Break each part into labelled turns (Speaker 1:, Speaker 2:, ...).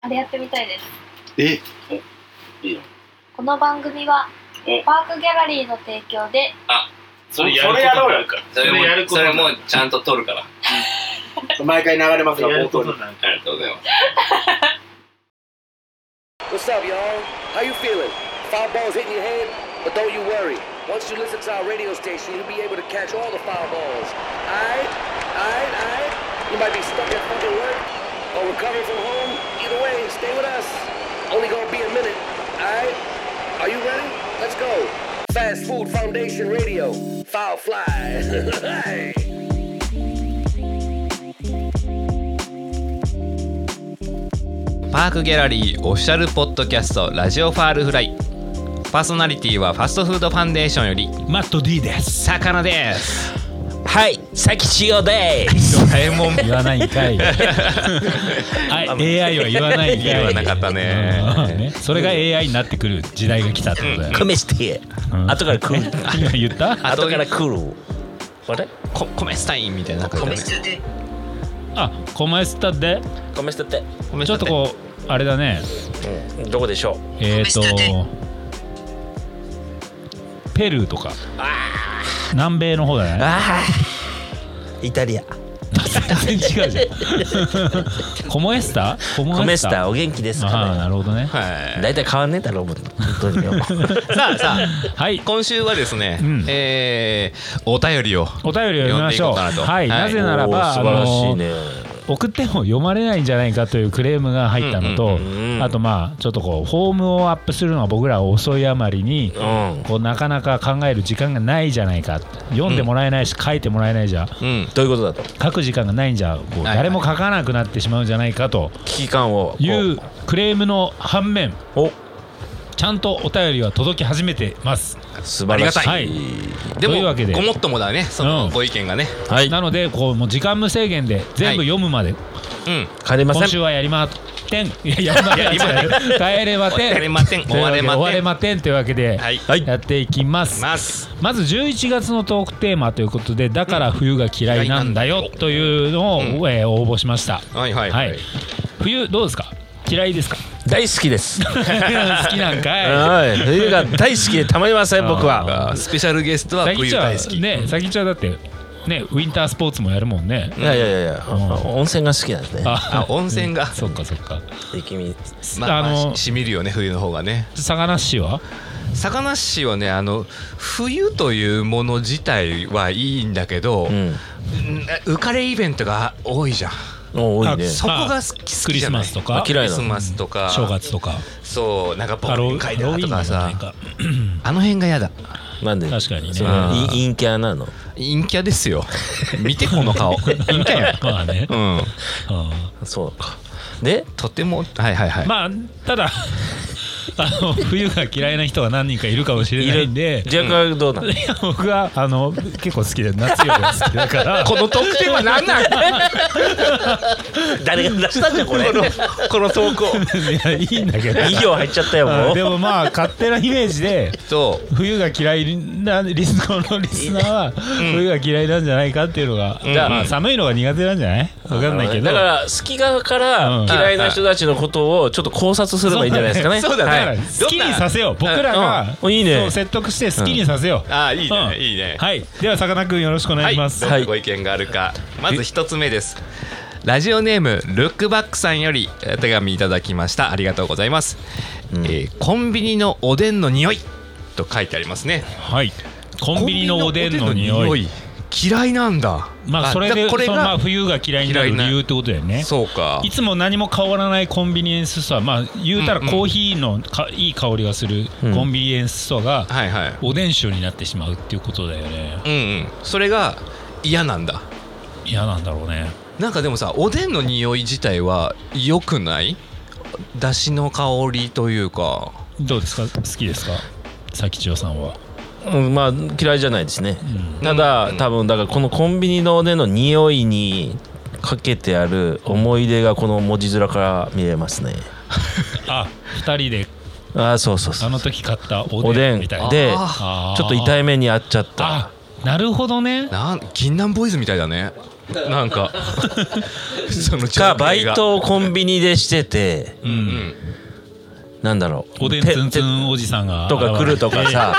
Speaker 1: あれやってみたいです。
Speaker 2: え
Speaker 3: いいの
Speaker 1: この番組は
Speaker 3: お、
Speaker 1: パークギャラリーの提供で、
Speaker 3: そ
Speaker 4: れ
Speaker 3: れ
Speaker 4: や
Speaker 3: それやろうよ
Speaker 4: か
Speaker 5: そ
Speaker 4: そ
Speaker 5: れも
Speaker 4: れやる
Speaker 5: そ
Speaker 4: こと
Speaker 5: れ
Speaker 4: にな
Speaker 5: もちゃんと撮るから
Speaker 2: 毎回流れますが
Speaker 4: るや
Speaker 2: 冒頭に
Speaker 4: ることになる
Speaker 5: ありがとうございます
Speaker 6: What's up, y'all? How you feeling? Foul balls hitting your head? But don't you worry. Once you listen to our radio station, you'll be able to catch all the foul balls. Aight? Aight? Aight? You might be stuck at fucking work or recovering from home. Either way, stay with us. Only gonna be a minute. Aight? Are you ready? Let's go. Fast Food Foundation Radio. Foul fly. Hey.
Speaker 5: パークギャラリーオフィシャルポッドキャストラジオファールフライパーソナリティはファストフードファンデーションより
Speaker 4: マット D です
Speaker 5: 魚です
Speaker 7: はい、さきしおで
Speaker 5: ドラえもん
Speaker 4: 言わないん かいはい AI は言わないんかい
Speaker 5: 言わなかったね
Speaker 4: うん ねそれが AI になってくる時代が来たってことだよ
Speaker 7: す。
Speaker 4: ね
Speaker 7: くめして、
Speaker 4: うん
Speaker 7: 後から来る。
Speaker 4: 今言った
Speaker 7: 後から来る。あれ
Speaker 5: こ米スタインみたいな感じだね
Speaker 4: あコマエスタで
Speaker 7: ごめんなさい。
Speaker 5: 米
Speaker 4: ちょっとこうあれだね
Speaker 7: うんどこでしょう
Speaker 4: えっ、とペルーとか南米の方だね
Speaker 7: ああ、イタリア。
Speaker 4: 全然違うじゃんコモエスタコ
Speaker 7: コメスタ
Speaker 4: を
Speaker 7: お元気です
Speaker 4: ああ
Speaker 7: か
Speaker 4: なるほどね
Speaker 5: うはい
Speaker 7: ね。だいたい変わんねえだろう、もう本当によ。
Speaker 5: さあさあ
Speaker 4: はい
Speaker 5: 今週はですね、
Speaker 4: うん
Speaker 5: えーお便りを
Speaker 4: お便りを読みましょ
Speaker 5: 読んでいこう
Speaker 4: う
Speaker 5: かなと
Speaker 4: はい、
Speaker 5: はい
Speaker 4: なぜならば
Speaker 7: おー素晴らしいね。
Speaker 4: あの送っても読まれないんじゃないかというクレームが入ったのと、
Speaker 7: うんうんうん
Speaker 4: あとまあちょっとこうフォームをアップするのは僕ら遅いあまりに、
Speaker 7: うん。
Speaker 4: こうなかなか考える時間がないじゃないか読んでもらえないし、書いてもらえないじゃ
Speaker 5: うん
Speaker 7: どういうことだと
Speaker 4: 書く時間がないんじゃこう
Speaker 5: はい
Speaker 4: 誰も書かなくなってしまうんじゃないかと
Speaker 7: 危機感を。こう
Speaker 4: いうクレームの反面
Speaker 7: お
Speaker 4: ちゃんとお便りは届き始めてます、
Speaker 7: 素晴らし
Speaker 4: あり
Speaker 7: い。
Speaker 5: で
Speaker 4: という
Speaker 5: も
Speaker 4: わけで
Speaker 5: ごもっともだねその
Speaker 4: うん
Speaker 5: ご意見がね、
Speaker 7: はい。
Speaker 4: なのでこうもう時間無制限で全部読むまで、
Speaker 5: うん
Speaker 7: 帰れませ
Speaker 4: 今
Speaker 7: ん。
Speaker 4: 週はやりまってんいややりま
Speaker 5: やりま
Speaker 4: 帰れまてん
Speaker 5: お疲れまてん
Speaker 4: というわけ
Speaker 5: 終われ
Speaker 4: で
Speaker 5: まてん
Speaker 4: 終われまてんというわけで、
Speaker 5: はい
Speaker 4: やっていきます
Speaker 5: ます
Speaker 4: まず11月のトークテーマということでだから冬が嫌いなんだよというのを、えー応募しました
Speaker 5: はいはい
Speaker 4: はい、冬どうですか嫌 いですか
Speaker 7: 大好きです。
Speaker 4: 好きなんかい
Speaker 7: はい。冬が大好きでたまりません、僕は。
Speaker 5: あースペシャルゲストは
Speaker 4: 先
Speaker 5: 冬
Speaker 4: ちゃ
Speaker 5: 大好き、
Speaker 4: んね先ちゃんだってねウィンタースポーツもやるもんね
Speaker 7: いやいやいやいや、温泉が好きなんですね。
Speaker 4: あ
Speaker 5: あ温泉が、
Speaker 4: そっかそっか
Speaker 7: で君
Speaker 5: まあ、ま
Speaker 4: あ
Speaker 5: あ
Speaker 4: の
Speaker 5: ししみるよね冬の方がね
Speaker 4: 魚市は
Speaker 5: 魚市はねあの冬というもの自体はいいんだけど、
Speaker 7: うん。
Speaker 5: 浮かれイベントが多いじゃん
Speaker 7: お多いね
Speaker 4: あ。
Speaker 5: そこが好き好
Speaker 4: ク
Speaker 5: き
Speaker 4: リ
Speaker 5: じゃ
Speaker 4: ス
Speaker 5: ない
Speaker 4: マスとか
Speaker 7: あ嫌
Speaker 5: ク
Speaker 7: いなの
Speaker 5: リスマスとか
Speaker 4: 正月とか
Speaker 5: そうなんか
Speaker 4: ハ
Speaker 5: 忘
Speaker 4: ロ
Speaker 5: 年
Speaker 4: ハ
Speaker 5: 会
Speaker 4: ロウィ
Speaker 5: だ
Speaker 4: ン
Speaker 5: と
Speaker 4: じゃ
Speaker 5: かさ
Speaker 4: ないか
Speaker 5: あの辺が嫌だ
Speaker 7: なんで
Speaker 4: 確かにね
Speaker 7: そのい陰キャなの
Speaker 5: 陰キャです よ見てこの顔陰キャやん
Speaker 4: まあね、
Speaker 5: うん
Speaker 4: う
Speaker 7: そうかで
Speaker 5: とてもはいはいはい、
Speaker 4: んまあただあの冬が嫌いな人が何人かいるかもしれないんで
Speaker 7: ジャックはどうなの
Speaker 4: いや僕はあの結構好きで夏よりは好きだから
Speaker 5: この特典は何なん
Speaker 7: 誰が出したんじゃんこれ
Speaker 5: この投稿
Speaker 4: いやいいんだけど
Speaker 7: 2票入っちゃったよ
Speaker 4: あ
Speaker 7: も
Speaker 4: で
Speaker 7: う
Speaker 4: もまあ勝手なイメージで
Speaker 5: そう
Speaker 4: 冬が嫌いなリスナーのリスナーは冬が嫌いなんじゃないかっていうのが、
Speaker 5: ん
Speaker 4: じゃあまあ寒いのが苦手なんじゃないわかんないけど
Speaker 7: だから好き側から
Speaker 4: うん
Speaker 7: 嫌いな人たちのことをちょっと考察すればいいんじゃないですかね
Speaker 5: そうだね
Speaker 7: はい
Speaker 4: だから好きにさせよう
Speaker 5: どんな
Speaker 4: 僕らが、
Speaker 7: うんいいね
Speaker 4: そう説得して好きにさせよう、
Speaker 5: ああいいね、
Speaker 4: うん
Speaker 5: いいね
Speaker 4: はいではさかなクンよろしくお願いします、
Speaker 5: はい、どんなご意見があるか、まず一つ目ですラジオネームルックバックさんよりお手紙いただきましたありがとうございます、えーコンビニのおでんの匂いと書いてありますね
Speaker 4: はいコンビニのおでん
Speaker 5: コ
Speaker 4: の匂い
Speaker 5: ンビニのおでんの嫌いなんだ
Speaker 4: まあそれ
Speaker 5: だ
Speaker 4: で
Speaker 5: これ
Speaker 4: そのまあ
Speaker 5: が
Speaker 4: 冬が嫌いになる理由ってことだよね
Speaker 5: そうか
Speaker 4: いつも何も変わらないコンビニエンスストアまあ言うたら
Speaker 5: うんうん
Speaker 4: コーヒーのかいい香りがする
Speaker 7: うん
Speaker 4: コンビニエンスストアが
Speaker 5: はいはい
Speaker 4: おでん臭になってしまうっていうことだよね
Speaker 5: うんうんそれが嫌なんだ
Speaker 4: 嫌なんだろうね
Speaker 5: なんかでもさおでんの匂い自体は良くないだしの香りというか
Speaker 4: どうですか好きですかさきちよさんは
Speaker 7: うんまあ嫌いじゃないですね
Speaker 4: ん
Speaker 7: た
Speaker 5: う
Speaker 7: だ
Speaker 5: ん
Speaker 7: 多分だからこのコンビニのおでんの匂いにかけてある思い出がこの文字面から見えますね
Speaker 4: あ二人で
Speaker 7: ああそうそうそ
Speaker 4: あ
Speaker 7: う
Speaker 4: の時買ったお
Speaker 7: おで
Speaker 4: で
Speaker 7: ん
Speaker 4: んみ
Speaker 7: でち
Speaker 4: たい
Speaker 7: ょ
Speaker 4: な
Speaker 7: っと痛
Speaker 4: い
Speaker 7: い目に遭っちゃった
Speaker 4: あなるほどね
Speaker 5: なん銀杏ボーイズみたいだねなん かその
Speaker 7: か
Speaker 5: 情景が
Speaker 7: バイトをコンビニでしてて
Speaker 4: う
Speaker 5: うんん
Speaker 7: なんだろう
Speaker 4: おでんつんつ
Speaker 7: て
Speaker 4: んおじさんが
Speaker 7: とか来るとかさ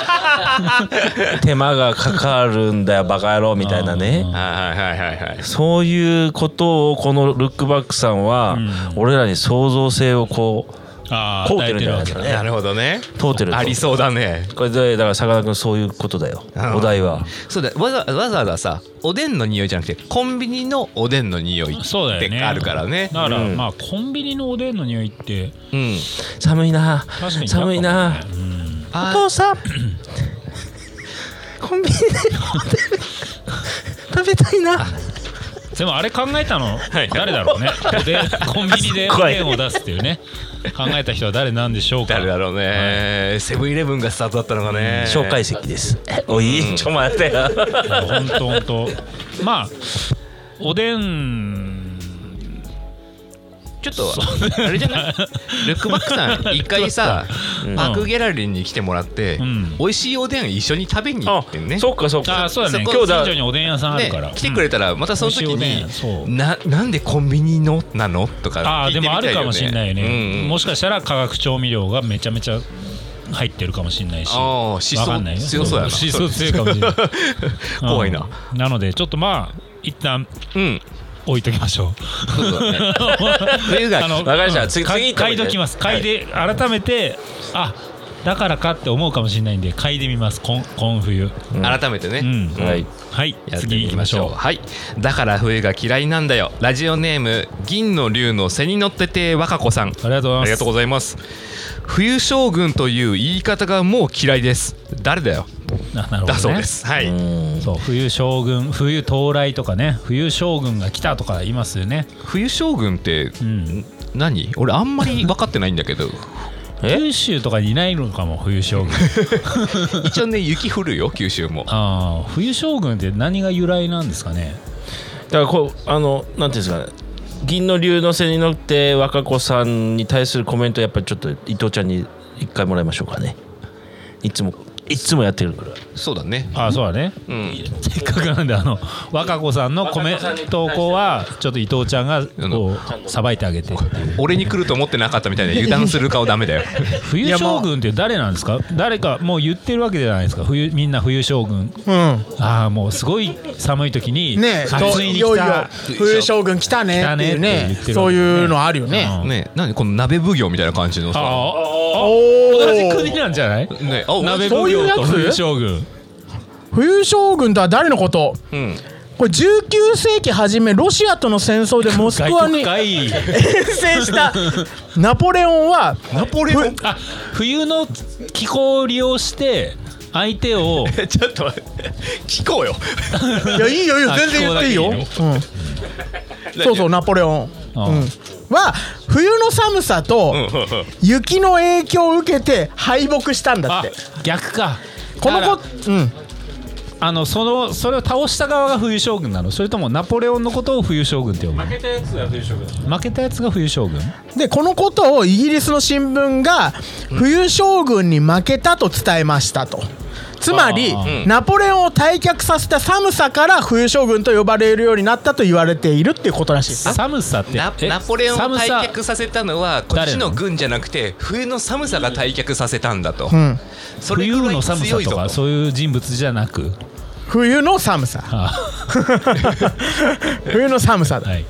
Speaker 7: 手間がかかるんだよバカ野郎みたいなね
Speaker 5: はいはいはいはいはい
Speaker 7: そういうことをこのルックバックさんは
Speaker 4: うん
Speaker 7: 俺らに創造性をこ
Speaker 4: あ
Speaker 7: う
Speaker 4: ー
Speaker 7: 問うてるんじゃないです
Speaker 4: 与え
Speaker 7: か
Speaker 5: な
Speaker 4: わ
Speaker 7: ね
Speaker 5: るほどね
Speaker 7: 問うてる
Speaker 5: ありそうだね
Speaker 7: これでだからさかなクンそういうことだよ
Speaker 5: うん
Speaker 7: お題は
Speaker 5: そうだわざわざわざさおでんの匂いじゃなくてコンビニのおでんの匂い
Speaker 4: けそうだよ
Speaker 5: って
Speaker 4: ね
Speaker 5: あるからね
Speaker 4: だから
Speaker 7: うん
Speaker 4: まあコンビニのおでんの匂いって
Speaker 5: うん
Speaker 7: 寒いな
Speaker 4: 確かに
Speaker 7: 寒いな
Speaker 4: やっぱねうん
Speaker 7: お
Speaker 5: あ
Speaker 7: 父 さんコンビニでおでん食べたいな
Speaker 4: でもあれ考えたの
Speaker 5: い
Speaker 4: 誰だろうねおでんコンビニでおでんを出すっていうね考えた人は誰なんでしょうか
Speaker 5: 誰だろうねセブンイレブンがスタートだったのかね
Speaker 7: 紹介席ですえおいちょ待っ てよ
Speaker 4: 本当本当まあおでん
Speaker 5: ちょっとあれじゃないルックバックさん一回さ
Speaker 7: うん
Speaker 5: パークギャラリーに来てもらって、
Speaker 4: うん
Speaker 5: 美味しいおでん一緒に食べに行
Speaker 7: あ
Speaker 5: ってね
Speaker 7: そっかそっ
Speaker 4: あ
Speaker 7: か
Speaker 4: あそうだね
Speaker 5: そ
Speaker 4: 今
Speaker 5: こ
Speaker 4: 日近所におでん屋さんある
Speaker 5: ね
Speaker 4: から、
Speaker 5: 来てくれたらまたその時
Speaker 4: 美味しいお
Speaker 5: に
Speaker 4: でんそう
Speaker 5: ななんでコンビニのなのと
Speaker 4: あ
Speaker 5: か
Speaker 4: あ
Speaker 5: 聞いて
Speaker 4: で
Speaker 5: みたいよ、
Speaker 4: もあ
Speaker 5: ね、
Speaker 4: るかもしれないね、
Speaker 5: うんうん
Speaker 4: もしかしたら化学調味料がめちゃめちゃ入ってるかもしれないし
Speaker 5: あー思想
Speaker 4: わかんないよ
Speaker 5: 強そうやな
Speaker 4: 思想強いかもしれない
Speaker 5: 怖いな
Speaker 4: うんなのでちょっとまあ一旦
Speaker 5: うん
Speaker 4: 置いときましょう
Speaker 5: そうだね冬が
Speaker 4: あの
Speaker 7: わかりました
Speaker 4: うん
Speaker 7: 次
Speaker 4: か
Speaker 7: 次行った
Speaker 4: 嗅
Speaker 7: 方がい
Speaker 4: い
Speaker 7: い
Speaker 4: ときます嗅いで改めてあだからかって思うかもしれないんで嗅いでみます今今冬
Speaker 5: 改めてね、
Speaker 4: うん
Speaker 7: はい
Speaker 4: はい
Speaker 5: やって
Speaker 4: 次行きましょう
Speaker 5: はいだから冬が嫌いなんだよラジオネーム銀の竜の背に乗ってて若子さん
Speaker 4: ありがとう
Speaker 5: あ
Speaker 4: ご
Speaker 5: り
Speaker 4: ざ
Speaker 5: が
Speaker 4: います
Speaker 5: とうございます冬将軍という言い方がもう嫌いです誰だよ
Speaker 4: あなるほどね
Speaker 5: だそうですはい、
Speaker 7: うん
Speaker 4: そう冬将軍冬到来とかね冬将軍が来たとか言いますよね
Speaker 5: 冬将軍って
Speaker 4: うん
Speaker 5: 何俺あんまり分かってないんだけ ど
Speaker 4: 九州とかにいないのかも冬将 軍
Speaker 5: 一応ね雪降るよ九州も
Speaker 4: ああ冬将軍って何が由来なんですかね
Speaker 7: だからこうあのなんていうんですかね銀の竜の背に乗って若子さんに対するコメントやっぱりちょっと伊藤ちゃんに一回もらいましょうかねいつもいつもやってるから
Speaker 5: そうだね
Speaker 4: ああそうだね
Speaker 5: うん
Speaker 4: せっかくなんであの若子さんのコメン投稿はちょっと伊藤ちゃんがこうさばいてあげてっていう
Speaker 5: 俺に来ると思ってなかったみたいで油断する顔ダメだ よ
Speaker 4: 冬将軍って誰なんですか誰かもう言ってるわけじゃないですか冬みんな冬将軍
Speaker 8: う
Speaker 4: ああもうすごい寒い時に
Speaker 8: ん。ねえ、
Speaker 4: 担いに
Speaker 8: い
Speaker 4: 来
Speaker 8: よいよ
Speaker 4: た
Speaker 8: 冬将軍来たねってい
Speaker 4: 来たねっ
Speaker 8: う
Speaker 4: て言っ
Speaker 8: ね
Speaker 4: てるわけね
Speaker 8: そういうのあるよね。
Speaker 4: うん
Speaker 5: ね何この鍋奉行みたいな感じの
Speaker 4: あ
Speaker 5: さ
Speaker 4: ああ
Speaker 8: お
Speaker 4: 同じ
Speaker 8: ー
Speaker 4: 国なんじゃない
Speaker 5: ねあ
Speaker 4: 鍋
Speaker 5: 同
Speaker 4: 奉
Speaker 5: じ
Speaker 4: 行
Speaker 8: そ
Speaker 4: と
Speaker 8: ういう
Speaker 4: 冬
Speaker 8: やつ
Speaker 4: 将軍
Speaker 8: 冬将軍とは誰のこと
Speaker 5: うん
Speaker 8: これ19世紀初めロシアとの戦争でモスクワ
Speaker 4: 外
Speaker 8: に
Speaker 4: 国かい
Speaker 8: 遠征したナポレオンは
Speaker 5: ナポレオン
Speaker 4: あ冬の気候を利用して相手を
Speaker 5: ちょっと待って聞こう よ
Speaker 8: いやいいよいいよ
Speaker 4: あ
Speaker 8: 全然言っていいよ
Speaker 4: 聞
Speaker 8: うんそうそうナポレオン、うん、は冬の寒さと雪の影響を受けて敗北したんだっ
Speaker 4: あ
Speaker 8: て
Speaker 4: 逆か
Speaker 8: この
Speaker 4: だ
Speaker 8: こ
Speaker 4: か
Speaker 8: うん
Speaker 4: らあのそのそれを倒した側が冬将軍なのそれともナポレオンのことを冬将軍って呼ぶ負けたやつが冬将軍負けたやつが冬将軍
Speaker 8: でこのことをイギリスの新聞が冬将軍に負けたと伝えましたと。つまり
Speaker 4: あ
Speaker 8: ナポレオンを退却させた寒さから冬将軍と呼ばれるようになったと言われているっていうことらしいです
Speaker 4: 寒さって
Speaker 5: ナ
Speaker 4: え
Speaker 5: ナポレオンを
Speaker 4: 寒さ
Speaker 5: 退却させたのはこっ
Speaker 4: 誰
Speaker 5: ち
Speaker 4: なの
Speaker 5: の軍じゃなくて冬の寒さが退却させたんだと、
Speaker 8: ん
Speaker 5: それ
Speaker 4: 冬
Speaker 5: ぐら
Speaker 4: の
Speaker 5: い
Speaker 4: 寒さ
Speaker 5: 強い
Speaker 4: と
Speaker 5: ぞ
Speaker 4: か
Speaker 5: と
Speaker 4: そういう人物じゃなく
Speaker 8: 冬の寒さ
Speaker 4: あ
Speaker 8: 冬の寒さだ
Speaker 4: はい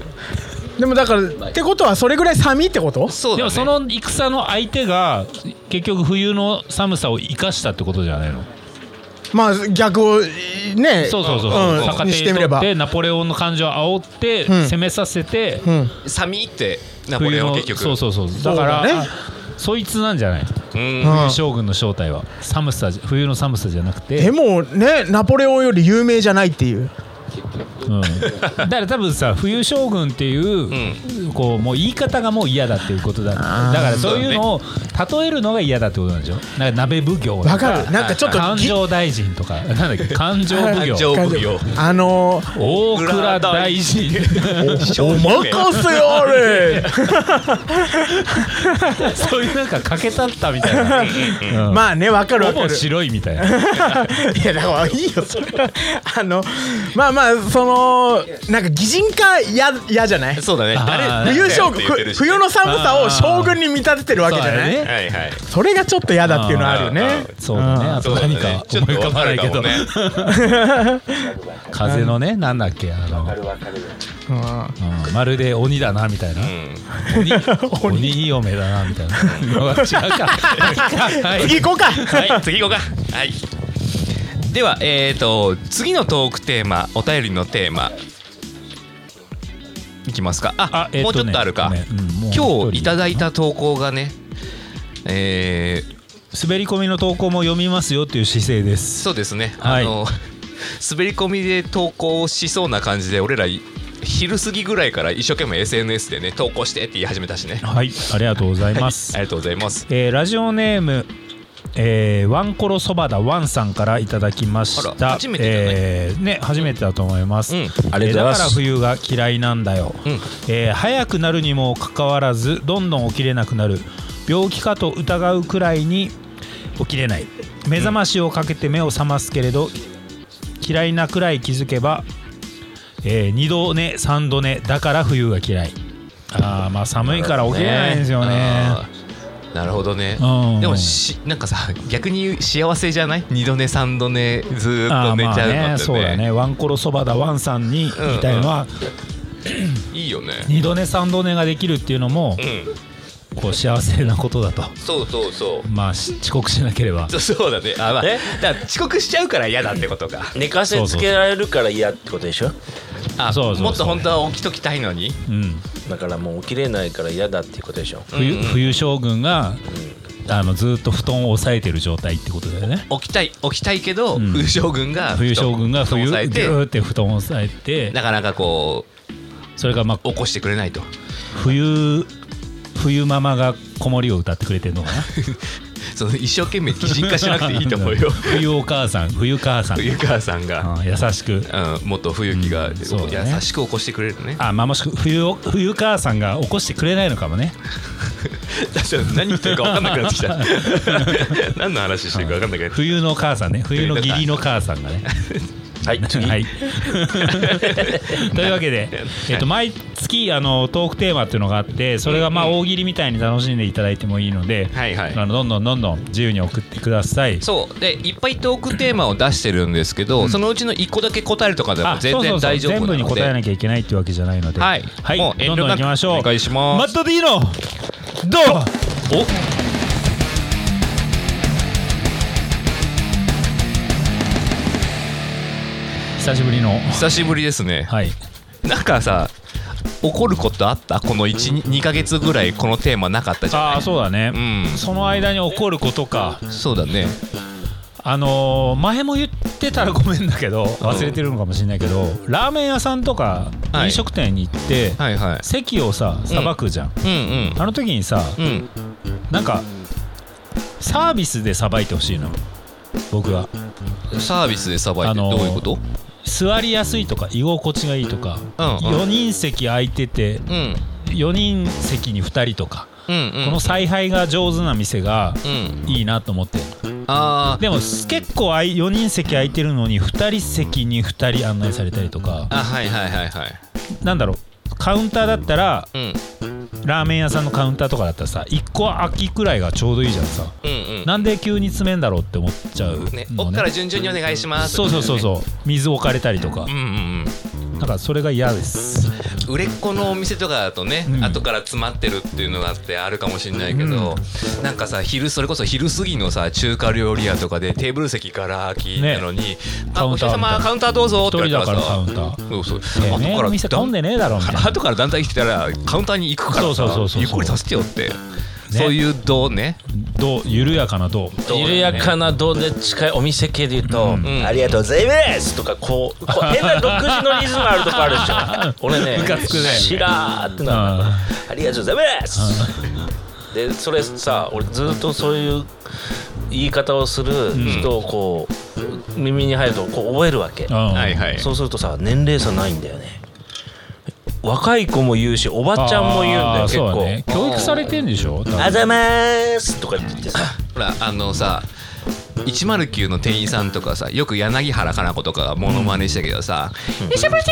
Speaker 8: でもだからってことはそれぐらい寒いってこと
Speaker 5: そうだ、ね、
Speaker 4: でもその戦の相手が結局冬の寒さを生かしたってことじゃないの
Speaker 8: まあ逆をね
Speaker 4: そうそうそう、
Speaker 8: うん
Speaker 4: 逆手に
Speaker 8: にしてみれば
Speaker 4: 取ってナポレオンの感情を煽って
Speaker 8: ん
Speaker 4: 攻めさせて、
Speaker 8: うん
Speaker 5: 寒いってナポ
Speaker 4: 冬
Speaker 5: レオン
Speaker 4: の
Speaker 5: 結局
Speaker 4: そうそうそうだから
Speaker 8: そうだ
Speaker 4: あ
Speaker 8: ね
Speaker 4: そいつなんじゃない
Speaker 5: うん
Speaker 8: うん
Speaker 4: 将軍の正体は寒さじ冬の寒さじゃなくて
Speaker 8: でもねナポレオンより有名じゃないっていう
Speaker 4: うん、だから多分さ冬将軍っていう,、こうもう言い方がもう嫌だっていうことだだからそういうのを例えるのが嫌だってことなんでしょなんか鍋奉行と
Speaker 8: わかるなんかちょっと
Speaker 4: 勘
Speaker 8: ぎ
Speaker 4: 定大臣とかなんだっけ勘定奉
Speaker 5: 感
Speaker 4: 行
Speaker 5: 情奉行
Speaker 8: あのー
Speaker 4: 大蔵大臣
Speaker 8: お任せあれ
Speaker 4: そういうなんか欠けたったみたいな、うん
Speaker 8: まあねわかるわ
Speaker 4: ほ
Speaker 8: か
Speaker 4: ぼ
Speaker 8: る
Speaker 4: 白いみたいな
Speaker 8: いやだからいいよそれはあのまあまあそのなんか擬人化や嫌じゃない
Speaker 5: そうだね
Speaker 4: あー
Speaker 5: 誰
Speaker 8: 冬将
Speaker 5: 誰だよっ
Speaker 8: 軍
Speaker 5: て言ってる
Speaker 8: ふ
Speaker 5: し
Speaker 8: 冬の寒さを将軍に見立ててるわけじゃないそ,、
Speaker 4: そうだね
Speaker 5: はいはい
Speaker 8: れがちょっと嫌だっていうのはあるよ
Speaker 5: うん
Speaker 8: ね
Speaker 4: そうだねあと何か
Speaker 5: ちょ
Speaker 4: 思
Speaker 5: っ
Speaker 4: い
Speaker 5: と
Speaker 4: 浮か
Speaker 5: わ
Speaker 4: ば
Speaker 5: か
Speaker 4: ない
Speaker 5: る
Speaker 4: け
Speaker 5: か
Speaker 4: ど、
Speaker 5: もね
Speaker 4: 風のねなんだっけあの、
Speaker 2: るわかる。
Speaker 8: うん
Speaker 4: うんまるで鬼だなみたいな、鬼鬼嫁だなみたいな 違うかはい
Speaker 8: 次行こうか
Speaker 5: はい、次行こうか。はい。では、えっ、と、次のトークテーマ、お便りのテーマ。いきますか。あ、
Speaker 4: え
Speaker 5: もうち
Speaker 4: と
Speaker 5: ょっ
Speaker 4: ね
Speaker 5: とあるか。
Speaker 4: ごめんうんもう一人
Speaker 5: 今日いただいた投稿がね。えー
Speaker 4: 滑り込みの投稿も読みますよっていう姿勢です
Speaker 5: そうですね。
Speaker 4: はい
Speaker 5: あの、 滑り込みで投稿しそうな感じで、俺ら。昼過ぎぐらいから一生懸命 SNS でね投稿してって言い始めたしね
Speaker 4: はいありがとうございます、
Speaker 5: ありがとうございます
Speaker 4: えーラジオネームえーワンコロそばだワンさんからいただきまし
Speaker 5: あ
Speaker 4: た
Speaker 5: ら初めてじゃない
Speaker 4: えーね初めてだと思います、
Speaker 5: うん
Speaker 7: ありがとうございます
Speaker 4: えーだから冬が嫌いなんだよ、
Speaker 5: うん
Speaker 4: えー早くなるにもかかわらずどんどん起きれなくなる病気かと疑うくらいに起きれない目覚ましをかけて目を覚ますけれど、嫌いなくらい気づけば、え2度寝3度寝だから冬が嫌いあーまあ寒いから起きれないんですよね
Speaker 5: あーなるほどね
Speaker 4: うん
Speaker 5: でもしなんかさ逆に幸せじゃない二度寝三度寝ずーっ
Speaker 4: あ
Speaker 5: と
Speaker 4: ー
Speaker 5: 寝
Speaker 4: ま
Speaker 5: ちゃう
Speaker 4: あ
Speaker 5: のってね,、
Speaker 4: ねそうだねワンコロそばだワンさんにみたいのは、
Speaker 5: いいよね
Speaker 4: 二度寝三度寝ができるっていうのも
Speaker 5: うん
Speaker 4: こう幸せなことだと
Speaker 5: そうそうそう
Speaker 4: まあし遅刻しなければ
Speaker 5: そうそうだねあ、まあ、
Speaker 7: え
Speaker 5: だから遅刻しちゃうから嫌だってことか
Speaker 7: 寝かせつけられるから嫌ってことでしょ
Speaker 5: あ
Speaker 4: そうそうそう
Speaker 5: もっと本当は起きときたいのに
Speaker 4: うん
Speaker 7: だからもう起きれないから嫌だっていうことでしょ
Speaker 4: 冬,、
Speaker 5: うんうん
Speaker 4: 冬将軍があのずーっと布団を押さえてる状態ってことだよね
Speaker 5: 起きたい起きたいけど、
Speaker 4: ん
Speaker 5: 冬将軍が
Speaker 4: 冬将軍が
Speaker 5: 布団を
Speaker 4: 冬ギ
Speaker 5: 押さえて
Speaker 4: ューって布団を押さえて
Speaker 5: なかなかこ
Speaker 4: それがまあ
Speaker 5: う起こしてくれないと
Speaker 4: 冬冬ママが子守を歌ってくれてるのか な
Speaker 5: その一生懸命擬人化しなくていいと思うよ
Speaker 4: 冬お母さん冬母さん
Speaker 5: 冬川さんが、
Speaker 4: うん優しく
Speaker 5: うん、もっと冬木が
Speaker 4: うんそうだね
Speaker 5: 優しく起こしてくれるね
Speaker 4: あまあもしく冬を冬母さんが起こしてくれないのかもね
Speaker 5: だって 何言ってるか分かんなくなってき た何の話してるか分かんなくなってき
Speaker 4: 冬の母さんね冬の義理の母さんがね
Speaker 7: はい次、
Speaker 4: はい というわけで、えっと、毎月あのトークテーマっていうのがあってそれがまあ大喜利みたいに楽しんでいただいてもいいので、
Speaker 5: はいはい
Speaker 4: あのどんどんどんどん自由に送ってください
Speaker 5: たそうでいっぱいトークテーマを出してるんですけど、そのうちの1個だけ答えるとかでも
Speaker 4: あ
Speaker 5: 全
Speaker 4: そうそ
Speaker 5: 然
Speaker 4: うそう
Speaker 5: 大丈夫なので
Speaker 4: 全部に答えなきゃいけないってわけじゃないのでは
Speaker 5: はいも
Speaker 4: は
Speaker 5: う
Speaker 4: い
Speaker 5: 遠
Speaker 4: どん
Speaker 5: 慮
Speaker 4: ど
Speaker 5: なく
Speaker 4: ん行きましょう
Speaker 5: お願いします
Speaker 4: マット D のどう
Speaker 5: お
Speaker 4: 久しぶりの
Speaker 5: 久しぶりですね、
Speaker 4: はい
Speaker 5: なんかさ怒ることあったこの12ヶ月ぐらいこのテーマなかったじゃん
Speaker 4: ああそうだね、
Speaker 5: うん
Speaker 4: その間に起こることか
Speaker 5: そうだね
Speaker 4: あのー前も言ってたらごめんだけど忘れてるのかもしれないけど、ラーメン屋さんとか
Speaker 5: はい
Speaker 4: 飲食店に行って、
Speaker 5: はいはい
Speaker 4: 席をささばくじゃん、
Speaker 5: うん
Speaker 4: あの時にさ
Speaker 5: うんうん
Speaker 4: なんかサービスでさばいてほしいの僕は
Speaker 5: サービスでさばいて、
Speaker 4: あのー
Speaker 5: どういうこと
Speaker 4: 座りやすいとか居心地がいいとか、
Speaker 5: うんうん
Speaker 4: 4人席空いてて
Speaker 5: うんうん
Speaker 4: 4人席に2人とか、
Speaker 5: うん
Speaker 4: この采配が上手な店が
Speaker 5: うん
Speaker 4: いいなと思って
Speaker 5: あー
Speaker 4: でも結構あい4人席空いてるのに2人席に2人案内されたりとか
Speaker 5: あはいはいはいはい
Speaker 4: なんだろうカウンターだったら
Speaker 5: うん
Speaker 4: ラーメン屋さんのカウンターとかだったらさ1個空きくらいがちょうどいいじゃんさ
Speaker 5: うんうん
Speaker 4: なんで急に詰めんだろうって思っちゃうのね
Speaker 5: ね、奥から順々にお願いします。
Speaker 4: そうそうそう
Speaker 5: う。
Speaker 4: そう水置かれたりとか
Speaker 5: うんうん
Speaker 4: なんかそれが嫌です
Speaker 5: うん、売れっ子のお店とかだとね、
Speaker 4: うん
Speaker 5: 後から詰まってるっていうのがあってあるかもしれないけど、なんかさ昼それこそ昼過ぎのさ中華料理屋とかでテーブル席から空きなのに「
Speaker 4: カ
Speaker 5: あ
Speaker 4: ウ
Speaker 5: お
Speaker 4: ンター
Speaker 5: 客様カウンターどうぞ」
Speaker 4: 一
Speaker 5: って言わ
Speaker 4: 人
Speaker 5: れた
Speaker 4: だ
Speaker 5: ら
Speaker 4: から
Speaker 5: さ
Speaker 4: カウンター
Speaker 5: そうそう
Speaker 4: ねえ
Speaker 5: 後から
Speaker 4: お店混んでねえだろみたいな
Speaker 5: 後から団体来たらカウンターに行くからさ
Speaker 4: そうそうそうそう
Speaker 5: ゆっくりさせてよってそういう道ね
Speaker 4: どう緩やかなどう
Speaker 7: 緩やかなどで近いお店系で言うと「
Speaker 5: ん
Speaker 7: ありがとうございます」とかこうこう変な独自のリズムあるとこあるでしょ俺ね
Speaker 4: ムカつくね
Speaker 7: しらーってなるありがとうございます」でそれさ俺ずっとそういう言い方をする人をこう、耳に入るとこう覚えるわけ、
Speaker 4: うん
Speaker 5: はいはい
Speaker 7: そうするとさ年齢差ないんだよね若い子も言うしおばちゃんも言うんだよ
Speaker 4: あー
Speaker 7: 結
Speaker 4: そう
Speaker 7: 構
Speaker 4: だね教育されてんでしょ多
Speaker 7: 「
Speaker 4: 分
Speaker 7: あざまーす」とか言ってさ
Speaker 5: ほらあのさ109の店員さんとかさよく柳原かな子とかがモノマネしたけどさ「いしゃぶし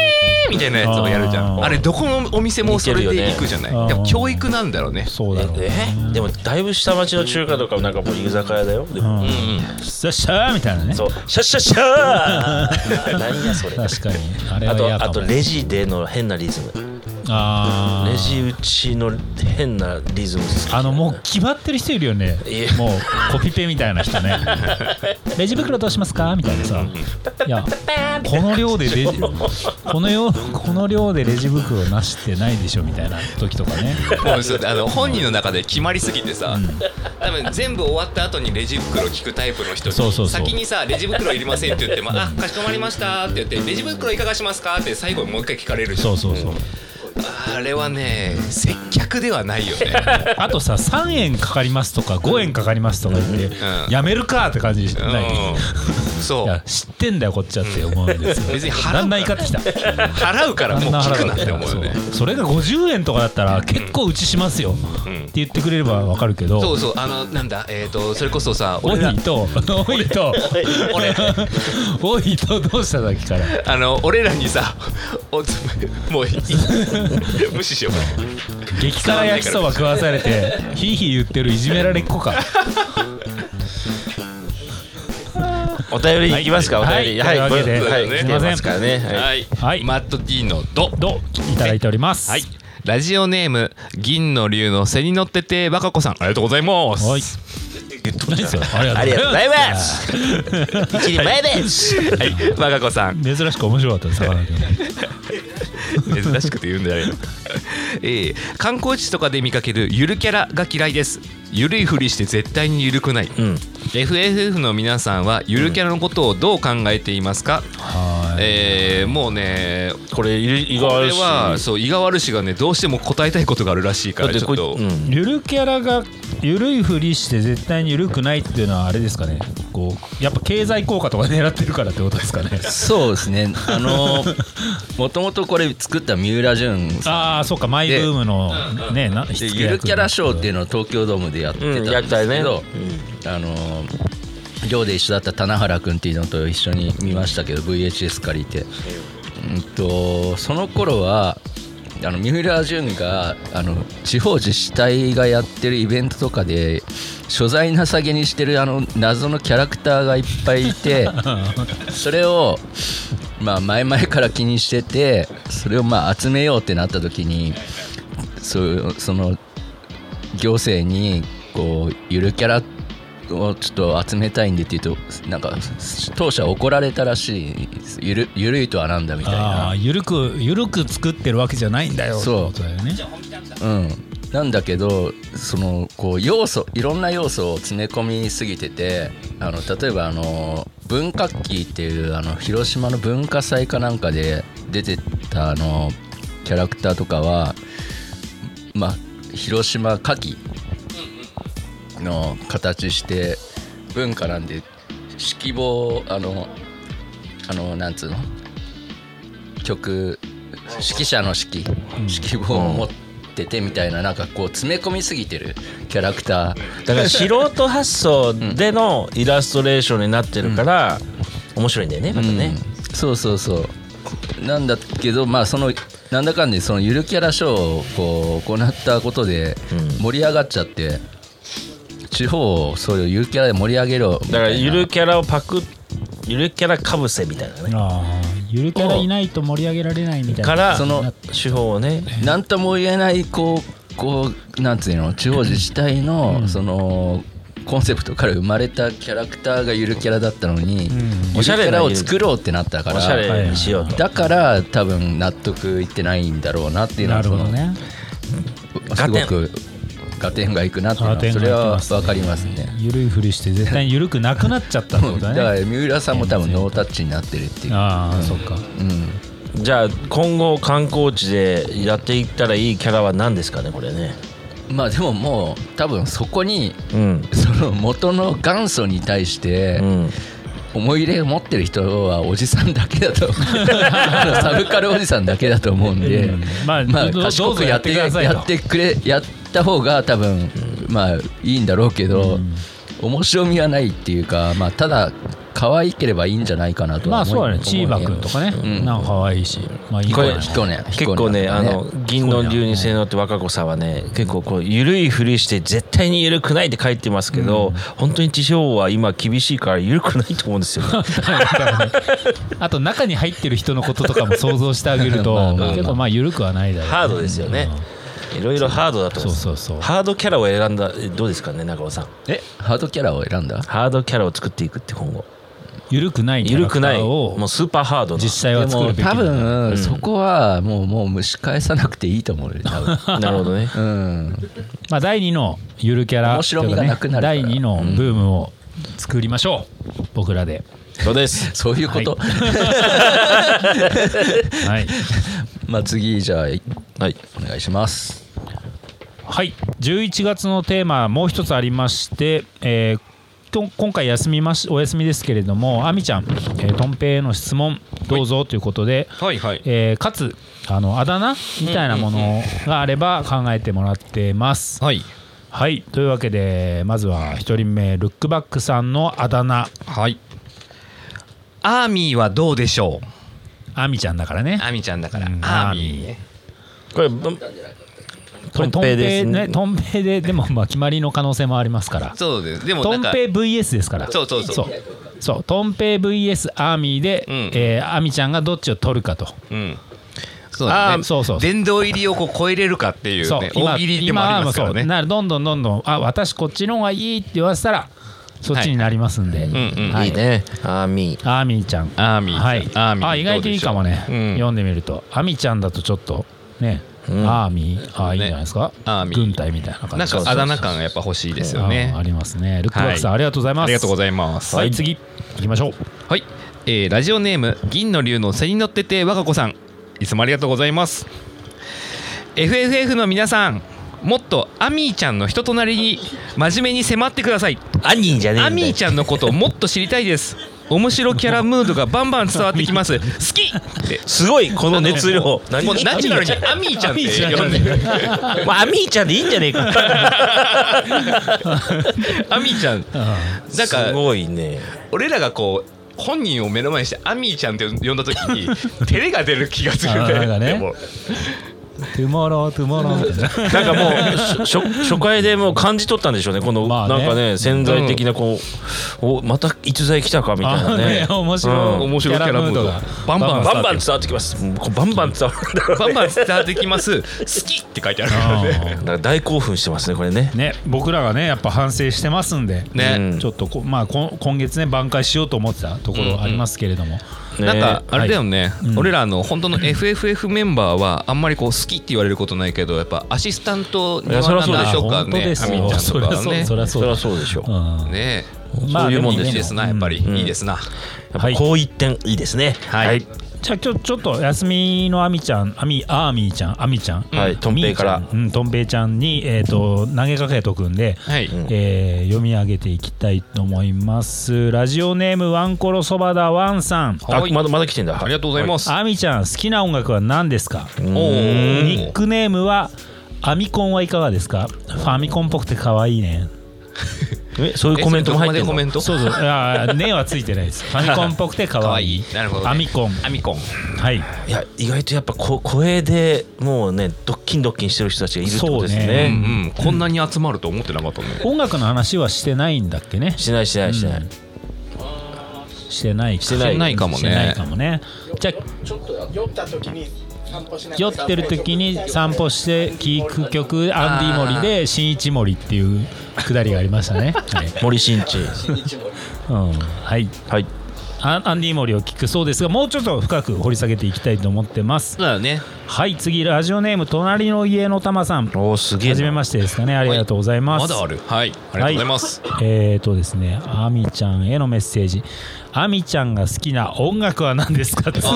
Speaker 5: ー!」みたいなやつをやるじゃ
Speaker 4: あ
Speaker 5: ん
Speaker 4: ー
Speaker 5: あれどこのお店もそれ
Speaker 7: 似てるよ
Speaker 5: で
Speaker 7: ね
Speaker 5: 行くじゃない
Speaker 4: あー
Speaker 5: でも教育なんだろうね
Speaker 4: そうだろう
Speaker 7: ええでもだいぶ下町の中華とかもなんかもう居酒屋だよでも、
Speaker 4: うん
Speaker 5: うん
Speaker 4: さっしゃーみたいなね
Speaker 7: そうシャッシャッシャ ー何やそれ
Speaker 4: 確かにあれは嫌
Speaker 7: あと
Speaker 4: か
Speaker 7: あ
Speaker 4: も
Speaker 7: とレジでの変なリズム
Speaker 4: あー
Speaker 7: レジ打ちの変なリズム好き
Speaker 4: あのもう決まってる人いるよね
Speaker 7: いや
Speaker 4: もうコピペみたいな 人ねレジ袋どうしますかみたいなさいやこの量でレジ このよこの量でレジ袋なしってないでしょみたいな時とかね
Speaker 5: もうそれあの本人の中で決まりすぎてさ、多分全部終わった後にレジ袋聞くタイプの人に
Speaker 4: そうそうそう
Speaker 5: 先にさレジ袋いりませんって言っても「あかしこまりました」って言って「レジ袋いかがしますか?」って最後にもう一回聞かれるじゃん
Speaker 4: そうそうそう
Speaker 5: あれはね接客ではないよね
Speaker 4: あとさ3円かかりますとか5円かかりますとか言って、
Speaker 5: うん
Speaker 4: やめるかって感じじゃ ない、い
Speaker 5: うんそ
Speaker 4: や
Speaker 5: う
Speaker 4: 知ってんだよこっちはって思うんですよ
Speaker 5: 別に払う
Speaker 4: だんだん怒ってき た
Speaker 5: 払うからもう聞くなって思うよね
Speaker 4: そうそれが50円とかだったら結構うちしますよ、って言ってくれればわかるけど
Speaker 5: そうそうあのなんだえっ、とそれこそさ
Speaker 4: 多
Speaker 5: 俺ら
Speaker 4: いと多いと
Speaker 5: 俺
Speaker 4: 多いとどうしたさっきから
Speaker 5: あの俺らにさおつもう いい無視しよう
Speaker 4: 激辛焼きそば食わされてひいひい言ってるいじめられっ子か
Speaker 7: お便りいきますか、
Speaker 4: はい
Speaker 7: お便り
Speaker 4: はい
Speaker 7: これ
Speaker 4: というわけで
Speaker 7: はい
Speaker 5: すいませ
Speaker 7: 来
Speaker 4: ん
Speaker 7: てますからねはい
Speaker 5: はい、
Speaker 4: はい
Speaker 5: マット・ディーノと
Speaker 4: どういただいております
Speaker 5: はいラジオネーム銀の竜の背に乗っててバカ子さんありがとうございます、
Speaker 4: はいないですよあ
Speaker 7: あ
Speaker 4: り
Speaker 7: り
Speaker 4: が
Speaker 7: が
Speaker 4: とう
Speaker 7: と
Speaker 4: ご
Speaker 7: うご
Speaker 4: ざ
Speaker 7: ざ
Speaker 4: いま
Speaker 7: いますす一人前です
Speaker 5: はい、バカ子さん
Speaker 4: 珍しく面白かったですさかなクン
Speaker 5: 珍しくて言うんじゃないの、えー観光地とかで見かけるゆるキャラが嫌いですゆるいふりして絶対にゆるくない、
Speaker 7: ん
Speaker 5: FFF の皆さんはゆるキャラのことをどう考えていますか、
Speaker 4: はい
Speaker 5: えーもうね
Speaker 7: これ意
Speaker 5: こ
Speaker 7: 外
Speaker 5: れはそう伊賀丸氏がねどうしても答えたいことがあるらしいからちょっと、
Speaker 7: うん、
Speaker 4: ゆるキャラがゆるいふりして絶対にゆるくないっていうのはあれですかねこうやっぱ経済効果とか狙ってるからってことですかね
Speaker 9: そうですねあの もともとこれ作った三浦淳さん
Speaker 4: ああそうかマイブームのねな
Speaker 9: でゆるキャラショーっていう
Speaker 4: の
Speaker 9: のを東京ドームでやってた
Speaker 7: うんん、
Speaker 9: です
Speaker 7: やった
Speaker 9: け
Speaker 7: ね
Speaker 9: ど、あの寮で一緒だった棚原君っていうのと一緒に見ましたけど VHS 借りて、うん、とその頃はあの三浦淳があの地方自治体がやってるイベントとかで所在なさげにしてるあの謎のキャラクターがいっぱい いてそれを、まあ、前々から気にしててそれをまあ集めようってなった時にそうその行政にこうゆるキャラをちょっと集めたいんでって言うとなんか当社怒られたらしいですゆるゆるいとはなんだみたい
Speaker 4: あ
Speaker 9: な
Speaker 4: あゆるくゆるく作ってるわけじゃないんだよ
Speaker 9: そう
Speaker 4: ってことだよね
Speaker 9: うん、なんだけどそのこう要素いろんな要素を詰め込みすぎててあの例えばあの文化期っていうあの広島の文化祭かなんかで出てたあのキャラクターとかは、まあ、広島牡蠣の形して文化なんで指揮棒あのあのなんつうの曲指揮者の指揮指揮棒を持っててみたいななんかこう詰め込みすぎてるキャラクター
Speaker 7: だから素人発想でのイラストレーションになってるから、面白いんだよねまたね、
Speaker 9: うんそうそうそうなんだけどまあそのなんだかんでそのゆるキャラショーをこう行ったことで盛り上がっちゃって、地方をそういうゆるキャラで盛り上げろ
Speaker 7: だ
Speaker 9: みたい
Speaker 7: か
Speaker 9: な
Speaker 7: らゆるキャラをパクゆるキャラかぶせみたいなね
Speaker 4: ああゆるキャラいないと盛り上げられないみたい
Speaker 7: か
Speaker 4: な
Speaker 7: ら
Speaker 9: その
Speaker 7: 手法をね
Speaker 9: なんとも言えないこうこうなんつうの地方自治体の、そのコンセプトから生まれたキャラクターがゆるキャラだったのに、ゆ
Speaker 7: お
Speaker 9: る
Speaker 7: し
Speaker 9: キ
Speaker 7: ゃれな
Speaker 9: ャラを作ろうってなったか
Speaker 7: おしゃ
Speaker 9: ら
Speaker 7: れにしようと
Speaker 9: だから多分納得いってないんだろうなっていうの
Speaker 4: な
Speaker 9: は
Speaker 4: るほどね
Speaker 9: そのすごく合点がいくなっていうの
Speaker 4: 合点
Speaker 9: はそ
Speaker 4: がい
Speaker 9: れ
Speaker 4: き
Speaker 9: は
Speaker 4: ますね
Speaker 9: 分かりますね。
Speaker 4: ゆるいふりして絶対にゆるくなくなっちゃったってこと
Speaker 9: だ
Speaker 4: だ
Speaker 9: か
Speaker 4: ね
Speaker 9: ら三浦さんも多分ノータッチになってる っていう。
Speaker 4: ああそっか
Speaker 9: うん
Speaker 7: じゃあ今後観光地でやっていったらいいキャラは何ですかねこれね
Speaker 9: まあでももう多分そこに
Speaker 7: うん
Speaker 9: その元の元祖に対して
Speaker 7: うん
Speaker 9: 思い入れを持ってる人はおじさんだけだとあのサブカルおじさんだけだと思うんで
Speaker 4: うん、まあ
Speaker 9: まあ
Speaker 4: ど
Speaker 9: 賢くやって
Speaker 4: どうぞや
Speaker 9: や
Speaker 4: っ
Speaker 9: っててくれやった方が多分まあいいんだろうけど、面白みはないっていうかまあただ可愛ければいいんじゃないかなと
Speaker 4: ま
Speaker 9: は
Speaker 4: あ
Speaker 9: 思い
Speaker 4: そうだねチーバくんとかね、
Speaker 9: うん
Speaker 4: なんか可愛いしまあいい
Speaker 9: こ
Speaker 4: 子
Speaker 9: れ
Speaker 4: だね
Speaker 9: 彦根
Speaker 7: 結構ねあの銀の竜に性能って若子さんはね結構こう緩いふりして絶対に緩くないって書いてますけど、本当に地方は今厳しいから緩くないと思うんですよ、ね、
Speaker 4: あと中に入ってる人のこととかも想像してあげると
Speaker 9: まあまあまあ
Speaker 4: 結構まあ緩くはないだろうね
Speaker 7: ハードですよねいろいろハードだと思います
Speaker 4: そうそうそう
Speaker 7: ハードキャラを選んだえどうですかね中尾さん
Speaker 9: えハードキャラを選んだ
Speaker 7: ハードキャラを作っていくって今後
Speaker 4: 緩くないキャ
Speaker 7: 緩
Speaker 4: ラク
Speaker 7: く
Speaker 4: タ
Speaker 7: ない
Speaker 4: ー
Speaker 7: も
Speaker 4: を
Speaker 7: うスーパーハードな
Speaker 4: 実際は 作るべきだ
Speaker 9: 多分、そこはもうもう蒸し返さなくていいと思うよ多 分
Speaker 7: なるほどね
Speaker 9: うん
Speaker 4: まあ第2のゆるキャラ
Speaker 9: 面白みがなくなるから
Speaker 4: というかね第2のブームを作りましょう、僕らで
Speaker 7: そうです
Speaker 9: そういうこと、
Speaker 4: はい、
Speaker 9: まあ次じゃあ
Speaker 7: はい
Speaker 9: お願いします
Speaker 4: はい、11月のテーマもう一つありまして、えーと今回休みましお休みですけれどもあみちゃん、えー、とんぺいへの質問どうぞということで、
Speaker 5: はいはい
Speaker 4: えーかつあのあだ名みたいなものがあれば考えてもらってます。
Speaker 5: はい
Speaker 4: はいというわけでまずは1人目ルックバックさんのあだ名
Speaker 5: はいアーミーはどうでしょう
Speaker 4: あみちゃんだからね
Speaker 5: ア。ーミーちゃんだから
Speaker 4: うん
Speaker 5: アーミーね
Speaker 7: これぶん
Speaker 4: これ
Speaker 7: とんぺいですね
Speaker 4: とんぺいででもまあ決まりの可能性もありますから。
Speaker 5: そうですでも
Speaker 4: ト
Speaker 5: なん
Speaker 4: ン
Speaker 5: か
Speaker 4: ペイ VS ですから
Speaker 5: そうそうそう
Speaker 4: そうそうトンペイ VS アーミーで、
Speaker 5: うん
Speaker 4: えーアミちゃんがどっちを取るかと
Speaker 5: うんそうだ
Speaker 4: あー
Speaker 5: ね
Speaker 4: そうそう
Speaker 5: 殿堂入りをこう超えれるかっていうね大喜利でもありますから
Speaker 4: 今はそう
Speaker 5: ね
Speaker 4: なるどんどんどんどんあ私こっちの方がいいって言わせたらそっちになりますんで、
Speaker 5: うんうん
Speaker 4: はい
Speaker 7: いねアーミー
Speaker 4: アーミーちゃん
Speaker 5: アーミー
Speaker 4: はい
Speaker 5: アーミー
Speaker 4: あ意外といいかもね、
Speaker 5: どうでしょううん
Speaker 4: 読んでみるとアミちゃんだとちょっとね、アーミーあーいいんじゃないですか、
Speaker 5: アーミー
Speaker 4: 軍隊みたいな感じ
Speaker 5: なんかあだ名感がやっぱ欲しいですよね
Speaker 4: あーありますねルックバックさん、
Speaker 5: はい
Speaker 4: ありがとうございま
Speaker 5: あ
Speaker 4: す
Speaker 5: りがとうご
Speaker 4: い
Speaker 5: ざいます
Speaker 4: はい次行き ましょう
Speaker 5: はい、えーラジオネーム銀の竜の背に乗ってて我が子さんいつもありがとうございます FFF の皆さんもっとアミーちゃんの人となりに真面目に迫ってください
Speaker 7: アニーじゃねえんだ
Speaker 5: ア
Speaker 7: よ
Speaker 5: ミーちゃんのことをもっと知りたいです面白キャラムードがバンバン伝わってきます好きって
Speaker 7: すごいこの熱量もう
Speaker 5: もうナチュラルにアミーちゃんって呼んで
Speaker 7: アミーちゃんでいいんじゃねえか
Speaker 5: アミーちゃんなん
Speaker 7: す
Speaker 5: か
Speaker 7: ごいね
Speaker 5: 俺らがこう本人を目の前にしてアミーちゃんって呼んだ時に照れが出る気がするんだ
Speaker 4: あーなんか
Speaker 5: よ
Speaker 4: ね
Speaker 5: でも
Speaker 4: トゥモロートゥモローみたいな
Speaker 7: なんかもうしょ初回でもう感じ取ったんでしょうねこの
Speaker 4: まあ
Speaker 7: な
Speaker 4: ね
Speaker 7: んかね潜在的なこうおまた逸材来たかみたいなね
Speaker 4: あの面白い、
Speaker 5: うん面白いキャラムードがバンバン
Speaker 7: バンバ
Speaker 4: 伝
Speaker 7: ン伝
Speaker 4: わ
Speaker 7: わってきますもうこうバンバン伝わるんだろう
Speaker 5: バンバン伝わってきます「好き!」って書いてあるから
Speaker 4: って
Speaker 5: ね
Speaker 4: くる
Speaker 7: だから大興奮してますねこれね
Speaker 4: うん ね僕らがねやっぱ反省してますんで、
Speaker 5: ね、
Speaker 4: ちょっとこまあこん今月ね挽回しようと思ってたところありますけれども、
Speaker 5: なんか
Speaker 4: え
Speaker 5: あれだよね、俺らあの本当の FFF メンバーはあんまりこう好きって言われることないけどやっぱアシスタントに
Speaker 7: いやそりゃそう
Speaker 5: な
Speaker 7: で
Speaker 5: ん
Speaker 7: し
Speaker 5: でし
Speaker 7: ょ
Speaker 5: ょうか
Speaker 4: 本当
Speaker 5: ね
Speaker 4: で
Speaker 5: ア
Speaker 4: す
Speaker 5: ミン
Speaker 4: よ
Speaker 5: ちゃん
Speaker 4: そ
Speaker 5: と
Speaker 4: り
Speaker 5: か
Speaker 4: ゃ
Speaker 5: は
Speaker 4: そう
Speaker 5: ね
Speaker 4: そりゃ
Speaker 7: そ
Speaker 4: そう
Speaker 7: りゃ
Speaker 4: だ
Speaker 7: そうでしょう
Speaker 4: うん
Speaker 5: ね
Speaker 4: まあ
Speaker 7: そういうもんです
Speaker 5: い
Speaker 7: よ
Speaker 5: いですなやっぱり、
Speaker 4: うん
Speaker 5: いいですな
Speaker 7: やっぱこう一点いいですね
Speaker 5: はい、
Speaker 4: じゃあ今日ちょっと休みのあみちゃんあみアーミーちゃんあみちゃん
Speaker 7: はいとんぺいから
Speaker 4: みーちゃんうんとんぺいちゃんにえっ、と投げかけとくんで、
Speaker 5: はい
Speaker 4: えー読み上げていきたいと思いますラジオネームワンコロそばだワンさん
Speaker 7: あ
Speaker 5: はい
Speaker 7: まだまだ来てんだ
Speaker 5: ありがとうございます、
Speaker 4: あみちゃん好きな音楽は何ですか
Speaker 5: おー
Speaker 4: ニックネームはアミコンはいかがですかファミコンっぽくて可愛いね
Speaker 7: えそういうコメントも入って
Speaker 5: え
Speaker 7: ん
Speaker 5: そこまでコメ
Speaker 7: の
Speaker 5: ント
Speaker 4: そうそうあーねはついてないですファミコンっぽくて可
Speaker 5: 可
Speaker 4: 愛
Speaker 5: 愛
Speaker 4: い
Speaker 5: いなるほどね
Speaker 4: アミコン
Speaker 5: アミコン
Speaker 4: はい
Speaker 7: いや意外とやっぱこ声でもうねドッキンドッキンしてる人たちがいるってことです
Speaker 4: そう
Speaker 5: うん
Speaker 7: ね
Speaker 5: うんこんなに集まると思ってなかったね、
Speaker 4: 音楽の話はしてないんだっけね
Speaker 7: しないしないしない
Speaker 4: してない
Speaker 7: してないしてない
Speaker 5: かもね
Speaker 4: してないかもねじゃ
Speaker 2: ちょっと酔った時に散歩しな
Speaker 4: あ
Speaker 2: が
Speaker 4: 酔
Speaker 2: ら
Speaker 4: ってる時に散歩して聴く曲アンディ森で「新一森」っていう くだりがありましたね、はい
Speaker 7: 森進一
Speaker 4: うんはい
Speaker 7: はい
Speaker 4: あアンディ森を聞くそうですがもうちょっと深く掘り下げていきたいと思ってます
Speaker 5: そうだよね
Speaker 4: はい次ラジオネーム隣の家のたまさんは
Speaker 7: おおすげえ
Speaker 4: じめましてですかねありがとうございます、
Speaker 5: まだあるはいありがとうございます、
Speaker 4: えーとですね、あみちゃんへのメッセージ。あみちゃんが好きな音楽は何ですか。つまりです
Speaker 5: あ
Speaker 4: ね。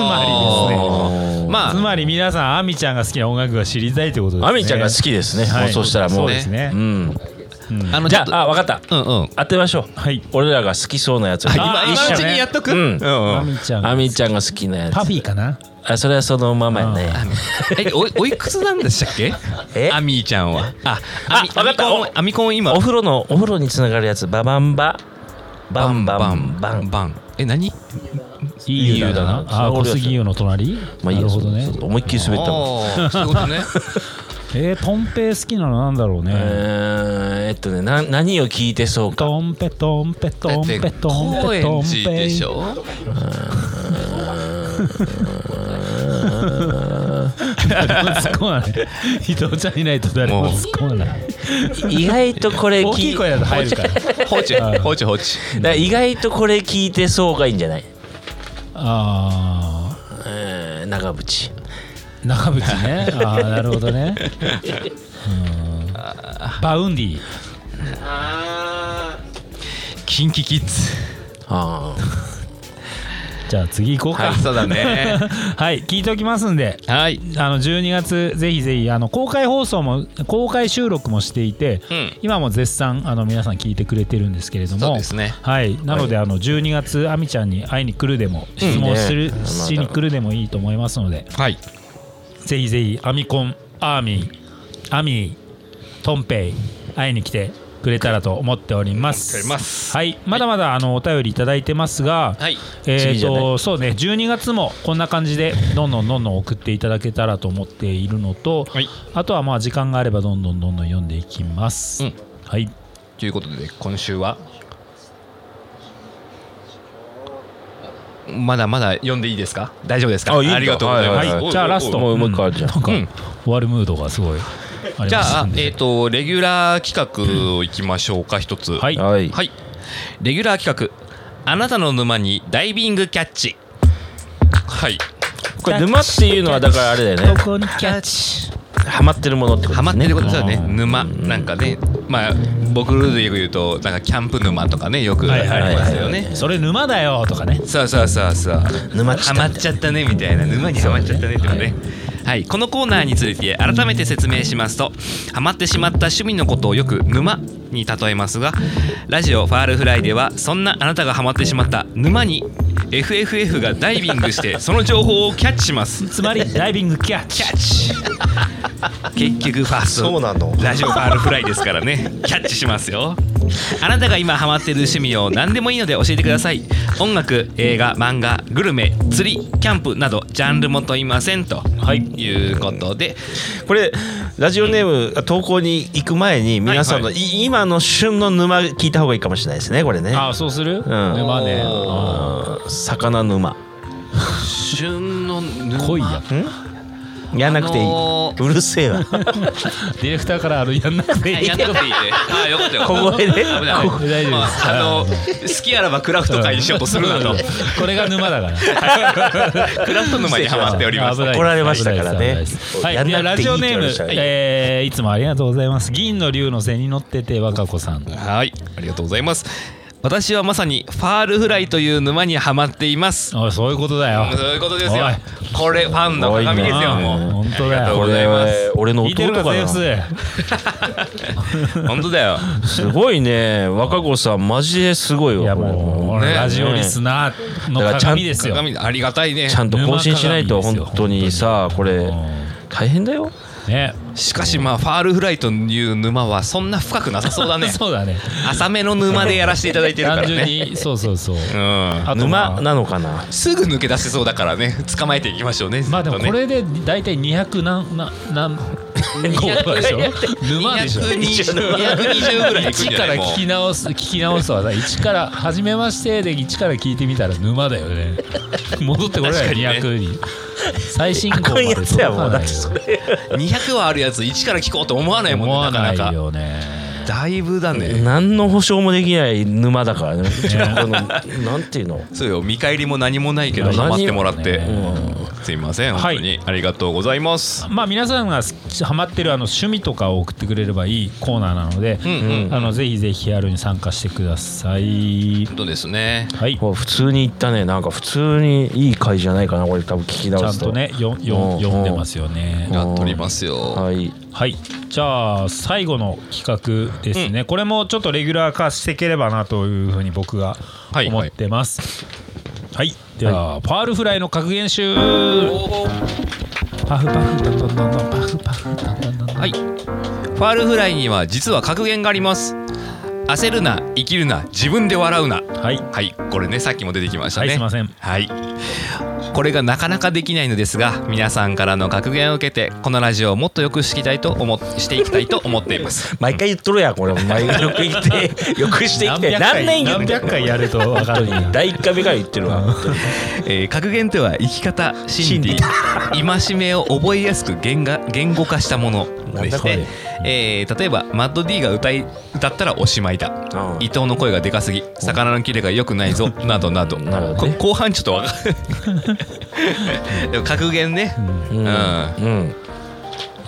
Speaker 5: ーま
Speaker 4: つ
Speaker 5: あ
Speaker 4: まり皆さんあみちゃんが好きな音楽が知りたいってことですね。
Speaker 7: あみちゃんが好きですね、
Speaker 4: はい
Speaker 7: もうそうしたらもう
Speaker 4: そうですね
Speaker 7: うん、
Speaker 5: あの
Speaker 7: じ
Speaker 5: ちょ
Speaker 7: ゃ
Speaker 5: っと
Speaker 7: ああ分かった
Speaker 5: うんうん
Speaker 7: 当てましょう
Speaker 4: はい。
Speaker 7: 俺らが好きそうなやつ
Speaker 4: いあ
Speaker 5: 今今のうちにやっとく、
Speaker 7: う
Speaker 5: うん
Speaker 7: ん
Speaker 5: うん
Speaker 4: あみちゃん。
Speaker 7: あみちゃんが好きなやつ
Speaker 4: パフィーかな。
Speaker 7: あそれはそのままやね
Speaker 5: えおいおいくつなんでしたっけ
Speaker 7: え
Speaker 5: アミーちゃんはあ
Speaker 7: あ
Speaker 5: アミ
Speaker 7: わかった
Speaker 5: アミコンアミコン今
Speaker 7: お風呂のお風呂につながるやつババンババンバンバン
Speaker 5: バンえ何
Speaker 4: いい湯だ
Speaker 7: いい湯だな
Speaker 4: な。あ、小杉湯の隣。
Speaker 7: まあいい
Speaker 4: なる
Speaker 7: よ
Speaker 4: ほどね
Speaker 7: そう。そう思いっきり滑ったもん
Speaker 5: あーそういうことね
Speaker 4: えー、トンペイ好きなのなんだろう
Speaker 7: え
Speaker 4: ね。
Speaker 7: ーえっとねな何を聞いてそうか
Speaker 4: トンペトンペ
Speaker 5: だ
Speaker 4: トン
Speaker 5: って
Speaker 4: ペトン
Speaker 5: 高
Speaker 4: ペト
Speaker 5: 円
Speaker 4: ン
Speaker 5: 寺
Speaker 4: ペ
Speaker 5: で
Speaker 4: イ
Speaker 5: し。ょ
Speaker 4: 誰も突っ込まない。伊藤ちゃんいないと誰も突っ込まない。
Speaker 7: 意外とこれ
Speaker 4: 大きい声だと入るから。
Speaker 5: 放置
Speaker 4: あー
Speaker 5: 放置放置
Speaker 7: だから意外とこれ聞いてそうがいいんじゃない、
Speaker 4: ああ。
Speaker 7: えー、長渕
Speaker 4: 長渕ねああなるほどねうんバウンディ
Speaker 5: キンキキッズ
Speaker 7: あ
Speaker 4: じゃあ次行こうか
Speaker 5: はいそうだね
Speaker 4: はい聞いておきますんで
Speaker 5: はい
Speaker 4: あの12月ぜひぜひあの公開放送も公開収録もしていて、
Speaker 5: うん
Speaker 4: 今も絶賛あの皆さん聞いてくれてるんですけれども
Speaker 5: そうですね
Speaker 4: はい、なので、あの12月あみちゃんに会いに来るでも質問する、
Speaker 7: ね
Speaker 4: しに来るでもいいと思いますので
Speaker 5: はい
Speaker 4: ぜひぜひアミコンアーミーアミートンペイ会いに来てくれたらと思っております。
Speaker 5: 思っております
Speaker 4: はい、まだまだあのお便りいただいてますが、
Speaker 5: はい
Speaker 4: え
Speaker 7: 次
Speaker 4: っ
Speaker 7: じゃな
Speaker 4: とそうね、12月もこんな感じでどんどんどんどん送っていただけたらと思っているのと、
Speaker 5: はい
Speaker 4: あとはまあ時間があればどんどんどんどん読んでいきます。
Speaker 5: うん
Speaker 4: はい、
Speaker 5: ということで今週はまだまだ読んでいいですか大丈夫ですか
Speaker 7: あいいんだ
Speaker 5: りがとうございます、
Speaker 7: はい
Speaker 4: はいじゃあラス
Speaker 7: あ
Speaker 4: ト
Speaker 7: もうもう一個あるじゃん、
Speaker 4: なんか、
Speaker 5: うん
Speaker 4: 終わるムードがすごいあり
Speaker 5: じ
Speaker 4: ま
Speaker 5: ゃ
Speaker 4: す
Speaker 5: あ
Speaker 4: ん、で
Speaker 5: えっ、と、レギュラー企画をいきましょうか、一つ。
Speaker 4: はい
Speaker 7: はい
Speaker 5: はい。レギュラー企画、あなたの沼にダイビングキャッチ。はい。
Speaker 7: これ沼っていうのはだからあれだよね
Speaker 4: ここにキャッチ。
Speaker 7: ハマってるものってこと
Speaker 5: ハマってることですよね。
Speaker 4: あー
Speaker 5: 沼。なんかね、まあ、僕ルールでよく言うと、なんかキャンプ沼とかね、よくありますよね。
Speaker 4: それ沼だよとかね。
Speaker 5: そうそうそうそう。
Speaker 7: 沼っち
Speaker 5: ハ
Speaker 7: ゃった
Speaker 5: マっちゃったねみたいな沼にハマっちゃったねとかね。はい、このコーナーについて改めて説明しますとハマってしまった趣味のことをよく「沼」に例えますがラジオ「ファールフライ」ではそんなあなたがハマってしまった沼に FFF がダイビングしてその情報をキャッチします
Speaker 4: つまりダイビングキャッチ。
Speaker 5: キャッチ 結局ファースト
Speaker 10: そうなの
Speaker 5: ラジオファールフライですからねキャッチしますよあなたが今ハマってる趣味を何でもいいので教えてください音楽映画漫画グルメ釣りキャンプなどジャンルも問いませんと、い、うことで
Speaker 7: これラジオネーム投稿に行く前に皆さんの、
Speaker 5: はい
Speaker 7: い今の旬の沼聞いた方がいいかもしれないですねこれね
Speaker 4: ああ、そうする、沼ね。
Speaker 7: うん魚沼
Speaker 5: 旬の沼
Speaker 4: 濃いや。
Speaker 7: やんなくていい、
Speaker 5: あのー
Speaker 7: うるせえわ
Speaker 4: ディレクターからあるやんなくていい。
Speaker 5: やんなくていいねああよかったよ
Speaker 7: 小声で
Speaker 5: 危ない危ない
Speaker 4: 大丈夫です
Speaker 5: まあ、あの好きあらばクラフト会にしようとするなと
Speaker 4: これが沼だから。
Speaker 5: クラフト沼にハマっております
Speaker 4: 危ない
Speaker 7: 怒られましたからね
Speaker 4: 危ないですはい、
Speaker 7: やん
Speaker 4: では
Speaker 7: な
Speaker 4: ラ
Speaker 7: くてい
Speaker 4: ジ
Speaker 7: いっ
Speaker 4: オ
Speaker 7: て
Speaker 4: ネー
Speaker 7: 言われ
Speaker 4: ム
Speaker 7: ました、ね
Speaker 4: えーいつもありがとうございます。銀の竜の背に乗ってて、和歌子さん。
Speaker 5: はい、ありがとうございます。私はまさにファールフライという沼にはまっています。
Speaker 4: おい、そういうことだよ。
Speaker 5: そういうことですよ
Speaker 4: おい。
Speaker 5: これファンの鏡ですよ、もう。
Speaker 4: 本当だ
Speaker 5: ありがとう
Speaker 4: よ。
Speaker 5: ございます。
Speaker 7: 俺の
Speaker 4: 聞いて
Speaker 7: 弟
Speaker 4: る
Speaker 7: か
Speaker 4: か、セー
Speaker 7: な
Speaker 4: フス。
Speaker 5: 本当だよ。
Speaker 7: すごいね若子さんマジですごい
Speaker 4: い
Speaker 7: わ
Speaker 4: や、
Speaker 7: これ
Speaker 4: もう、
Speaker 5: ね
Speaker 4: ラジオリスナーの鏡ですよ。
Speaker 5: 鏡ありがたいね
Speaker 7: ち。ゃんと更新しないと
Speaker 4: 沼鏡ですよ
Speaker 7: 本当にさこれ大変だよ
Speaker 4: ね。
Speaker 5: しかしまあファールフライという沼はそんな深くなさそうだね。
Speaker 4: そうだね。
Speaker 5: 浅めの沼でやらせていただいてるから
Speaker 4: 単純
Speaker 5: ね。
Speaker 4: に、そうそうそう。
Speaker 5: うん。
Speaker 4: あとま
Speaker 7: 沼
Speaker 4: あ
Speaker 7: なのかな
Speaker 5: すぐ抜け出せそうだからね。捕まえていきましょうね。
Speaker 4: まあでも
Speaker 5: ずっ
Speaker 4: こ
Speaker 5: ね
Speaker 4: とれで大体200何な 何個とかでしょ沼でしょ
Speaker 5: 220 220ぐらいいくん
Speaker 4: 1
Speaker 5: じゃな
Speaker 4: から
Speaker 5: いもう
Speaker 4: 聞き直す聞き直すはさ1から初めましてで1から聞いてみたら沼だよ ね戻ってこれない
Speaker 5: 確かにね
Speaker 4: 200に最新号まで
Speaker 7: あこういうやつやもう
Speaker 4: 届かないよ
Speaker 5: 200はあるやつ1から聞こうと思わないもん
Speaker 4: 思
Speaker 5: ねな
Speaker 4: わ
Speaker 5: かな
Speaker 4: な
Speaker 5: か
Speaker 4: い。よね
Speaker 5: だいぶだね
Speaker 7: 何の保証もできない沼 だからね。このなんていうの。
Speaker 5: そうよ見返りも何もないけど
Speaker 7: 何も
Speaker 5: ハマってもらって、
Speaker 7: ね
Speaker 5: すいません
Speaker 4: はい
Speaker 5: 本当にありがとうございます、
Speaker 4: まあ皆さんがハマってるあの趣味とかを送ってくれればいいコーナーなので、
Speaker 5: うんうん
Speaker 4: あのぜひぜひヒアルに参加してください。
Speaker 5: 本当ですね
Speaker 4: はい、
Speaker 7: もう普通に言ったね。なんか普通にいい回じゃないかな。これ多分聞き
Speaker 4: ち
Speaker 7: 直
Speaker 4: ゃ
Speaker 7: す
Speaker 4: ん
Speaker 7: と。
Speaker 4: とねよ
Speaker 7: う
Speaker 4: よ
Speaker 7: ん
Speaker 4: 読んでますよね。
Speaker 5: が取りますよ、
Speaker 7: はい。
Speaker 4: はいじゃあ最後の企画ですね、これもちょっとレギュラー化していければなというふうに僕が
Speaker 5: はい
Speaker 4: 思ってますはい、では、パールフライの格言集パフパフどんどんどんどんパフパフどんどんどんどん
Speaker 5: はい。ファールフライには実は格言があります。焦るな、生きるな、自分で笑うな。
Speaker 4: はい
Speaker 5: はい、これね、さっきも出てきましたね。
Speaker 4: はいすいません
Speaker 5: はい。これがなかなかできないのですが、皆さんからの格言を受けて、このラジオをもっとよくしていきたいと思っしていきたいと思っています。
Speaker 7: 毎回言っとるやんこれ。毎回よく言って よくしてきて。
Speaker 4: 回
Speaker 7: 何年言っ
Speaker 4: 何
Speaker 7: て
Speaker 4: 百回やると分かるんだ
Speaker 7: 第一回目から言ってるわ。
Speaker 5: えー格言とは生き方、心理、戒めを覚えやすく言が言語化したもので
Speaker 7: なんだ
Speaker 5: し
Speaker 7: これ
Speaker 5: て、えー例えばマッド D が歌い歌ったらおしまいだ。伊藤の声がでかすぎ魚のキレが良くないぞなどなど
Speaker 7: なるほどね
Speaker 5: こ後半ちょっとわかでも格言ね、
Speaker 7: うん。
Speaker 5: うん
Speaker 7: うん。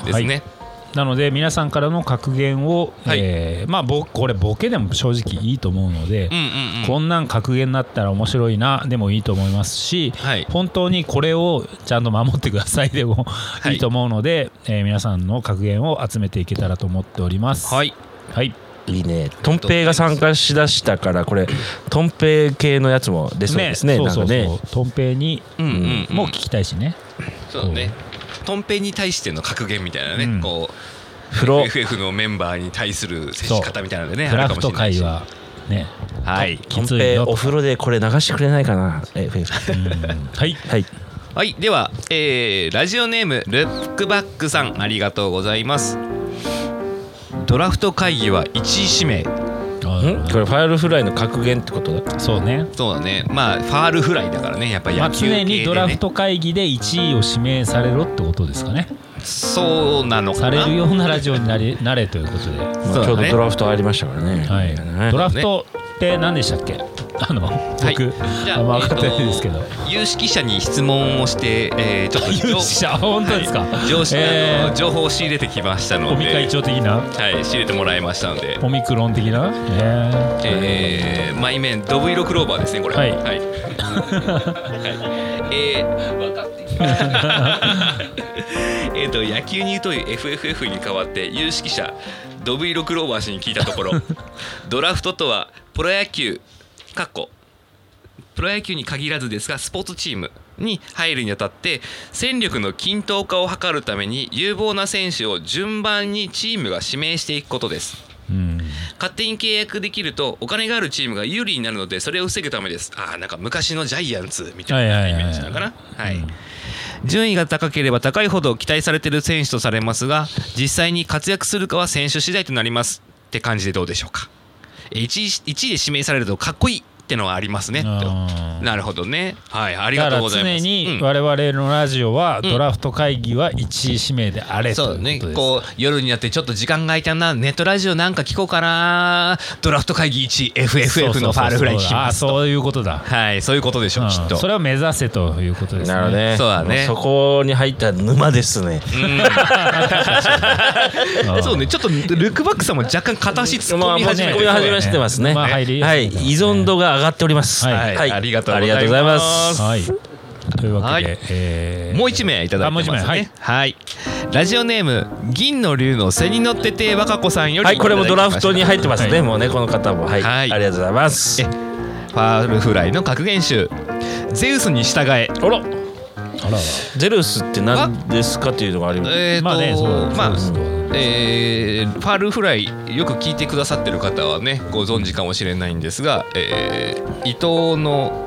Speaker 5: ですね、
Speaker 4: なので皆さんからの格言を、
Speaker 5: はい
Speaker 4: えーまあぼこれボケでも正直いいと思うので、
Speaker 5: うんうんうん
Speaker 4: こんなん格言になったら面白いなでもいいと思いますし、
Speaker 5: はい
Speaker 4: 本当にこれをちゃんと守ってくださいでも
Speaker 5: い
Speaker 4: いいと思うので、えー皆さんの格言を集めていけたらと思っております。
Speaker 5: はい
Speaker 4: はい、
Speaker 7: いいね。トンペイが参加しだしたからこれトンペイ系のやつも出そうですね。
Speaker 4: そう
Speaker 7: なん
Speaker 4: そ
Speaker 7: か
Speaker 4: う
Speaker 7: ね
Speaker 4: そう。とんぺいに
Speaker 5: うんうん、うん、
Speaker 4: も聞きたいしね。
Speaker 5: そうだねとんぺいに対しての格言みたいなね、
Speaker 4: うん
Speaker 5: こ
Speaker 7: 風
Speaker 5: う
Speaker 7: 呂。
Speaker 5: FF のメンバーに対する接し方みたいなのでね
Speaker 4: ク
Speaker 5: あ
Speaker 4: ラ
Speaker 5: る
Speaker 4: フ
Speaker 5: か
Speaker 4: ト
Speaker 5: もしれない
Speaker 4: 会
Speaker 5: し
Speaker 4: は ね、
Speaker 5: はい
Speaker 7: ト
Speaker 4: き
Speaker 7: ン
Speaker 4: つ
Speaker 7: ペ
Speaker 4: い
Speaker 7: イ
Speaker 4: よ
Speaker 7: お。風呂でこれ流してくれないかな。え、フェイス
Speaker 4: うんはい、
Speaker 7: はい。
Speaker 5: はい、では、えーラジオネームルックバックさんありがとうございますドラフト会議は1位指名
Speaker 4: あ
Speaker 7: んこれファイルフライの格言ってことだ
Speaker 4: そうね。
Speaker 5: そうだねまあファールフライだからねやっぱ
Speaker 4: まあ、
Speaker 5: 野球系
Speaker 4: 常
Speaker 5: で、ね
Speaker 4: にドラフト会議で1位を指名されろってことですかね。
Speaker 5: そうなのか
Speaker 4: さ
Speaker 5: な
Speaker 4: れるようなラジオになれなれということで。
Speaker 7: まあ
Speaker 5: そうだね
Speaker 7: ちょうどドラフトありましたからね、
Speaker 4: はい、ドラ
Speaker 5: ね
Speaker 4: フトって何でしたっけあの
Speaker 5: はい
Speaker 4: 僕、
Speaker 5: じゃ
Speaker 4: あんま分かってないですけど
Speaker 5: え、ーと有識者に質問をして、えーちょっと
Speaker 4: 有識者本当ですか、
Speaker 5: 上司
Speaker 4: え
Speaker 5: あ
Speaker 4: ー
Speaker 5: の情報を仕入れてきましたの
Speaker 4: 尾身
Speaker 5: で
Speaker 4: 会長的な
Speaker 5: はい仕入れてもらいましたので
Speaker 4: オミクロン的な、え
Speaker 5: えー、マイメンドブイロクローバーですねこれ
Speaker 4: はい
Speaker 5: はい、はいえー、分かって えっと野球に疎い FFF に代わって有識者ドブイロクローバー氏に聞いたとこ ろドラフトとはプロ野球かっこプロ野球に限らずですがスポーツチームに入るにあたって戦力の均等化を図るために有望な選手を順番にチームが指名していくことです
Speaker 4: ーうん、
Speaker 5: 勝手に契約できるとお金があるチームが有利になるのでそれを防ぐためですああなんか昔のジャイアンツみたい
Speaker 4: はいは
Speaker 5: ないイ
Speaker 4: は
Speaker 5: メ
Speaker 4: いはい
Speaker 5: ージなのかなはい、順位が高ければ高いほど期待されてる選手とされますが実際に活躍するかは選手次第となりますって感じでどうでしょうか1位 ,1 位で指名されるとかっこいいってのはありますねと
Speaker 4: あー
Speaker 5: なるほどねはいあり
Speaker 4: だ
Speaker 5: が
Speaker 4: か
Speaker 5: とうご
Speaker 4: ら
Speaker 5: ざい
Speaker 4: 常
Speaker 5: ます
Speaker 4: に
Speaker 5: うん
Speaker 4: 我々のラジオは
Speaker 5: うん
Speaker 4: ドラフト会議は1位指名であれ
Speaker 5: そうだ
Speaker 4: とい
Speaker 5: ね
Speaker 4: うことです、
Speaker 5: こう夜になってちょっと時間が空いたなネットラジオなんか聞こうかなドラフト会議 1FFF のファールフライ聞きます
Speaker 4: あーそういうことだ、
Speaker 5: はい、そういうことでしょう、きっ
Speaker 4: うん
Speaker 5: と。
Speaker 4: それを目指せということですね
Speaker 7: なるほどね
Speaker 5: そうだね
Speaker 7: そこに入った沼ですね
Speaker 4: うん
Speaker 5: そうね、ちょっとルックバックさんも若干片足突っ込み始め
Speaker 7: こ
Speaker 5: て
Speaker 7: ういう
Speaker 5: る、
Speaker 7: 始めしてますね
Speaker 4: まあ入り
Speaker 7: はい依存度が上がっております
Speaker 4: はい
Speaker 5: はいありがとうございます
Speaker 7: ありがとうございます
Speaker 4: はいというわけで、
Speaker 5: はい
Speaker 4: えー
Speaker 5: もう一名いただいてますね。
Speaker 4: あもう一名はい
Speaker 5: はいラジオネーム銀の竜の背に乗ってて和歌子さんより。
Speaker 7: はいこれもドラフトに入ってます
Speaker 4: は
Speaker 7: ねもうねこの方もはい
Speaker 5: は
Speaker 7: あ
Speaker 5: い
Speaker 7: りがとうございます
Speaker 5: えファールフライの格言集。ゼウスに従え。
Speaker 7: あら
Speaker 4: あらら
Speaker 7: ゼルスって何ですかっていうのがあります
Speaker 5: えーと
Speaker 4: まあねそう
Speaker 5: まあ
Speaker 4: そうそう
Speaker 5: えーファールフライよく聞いてくださってる方はねご存知かもしれないんですが、えー伊藤の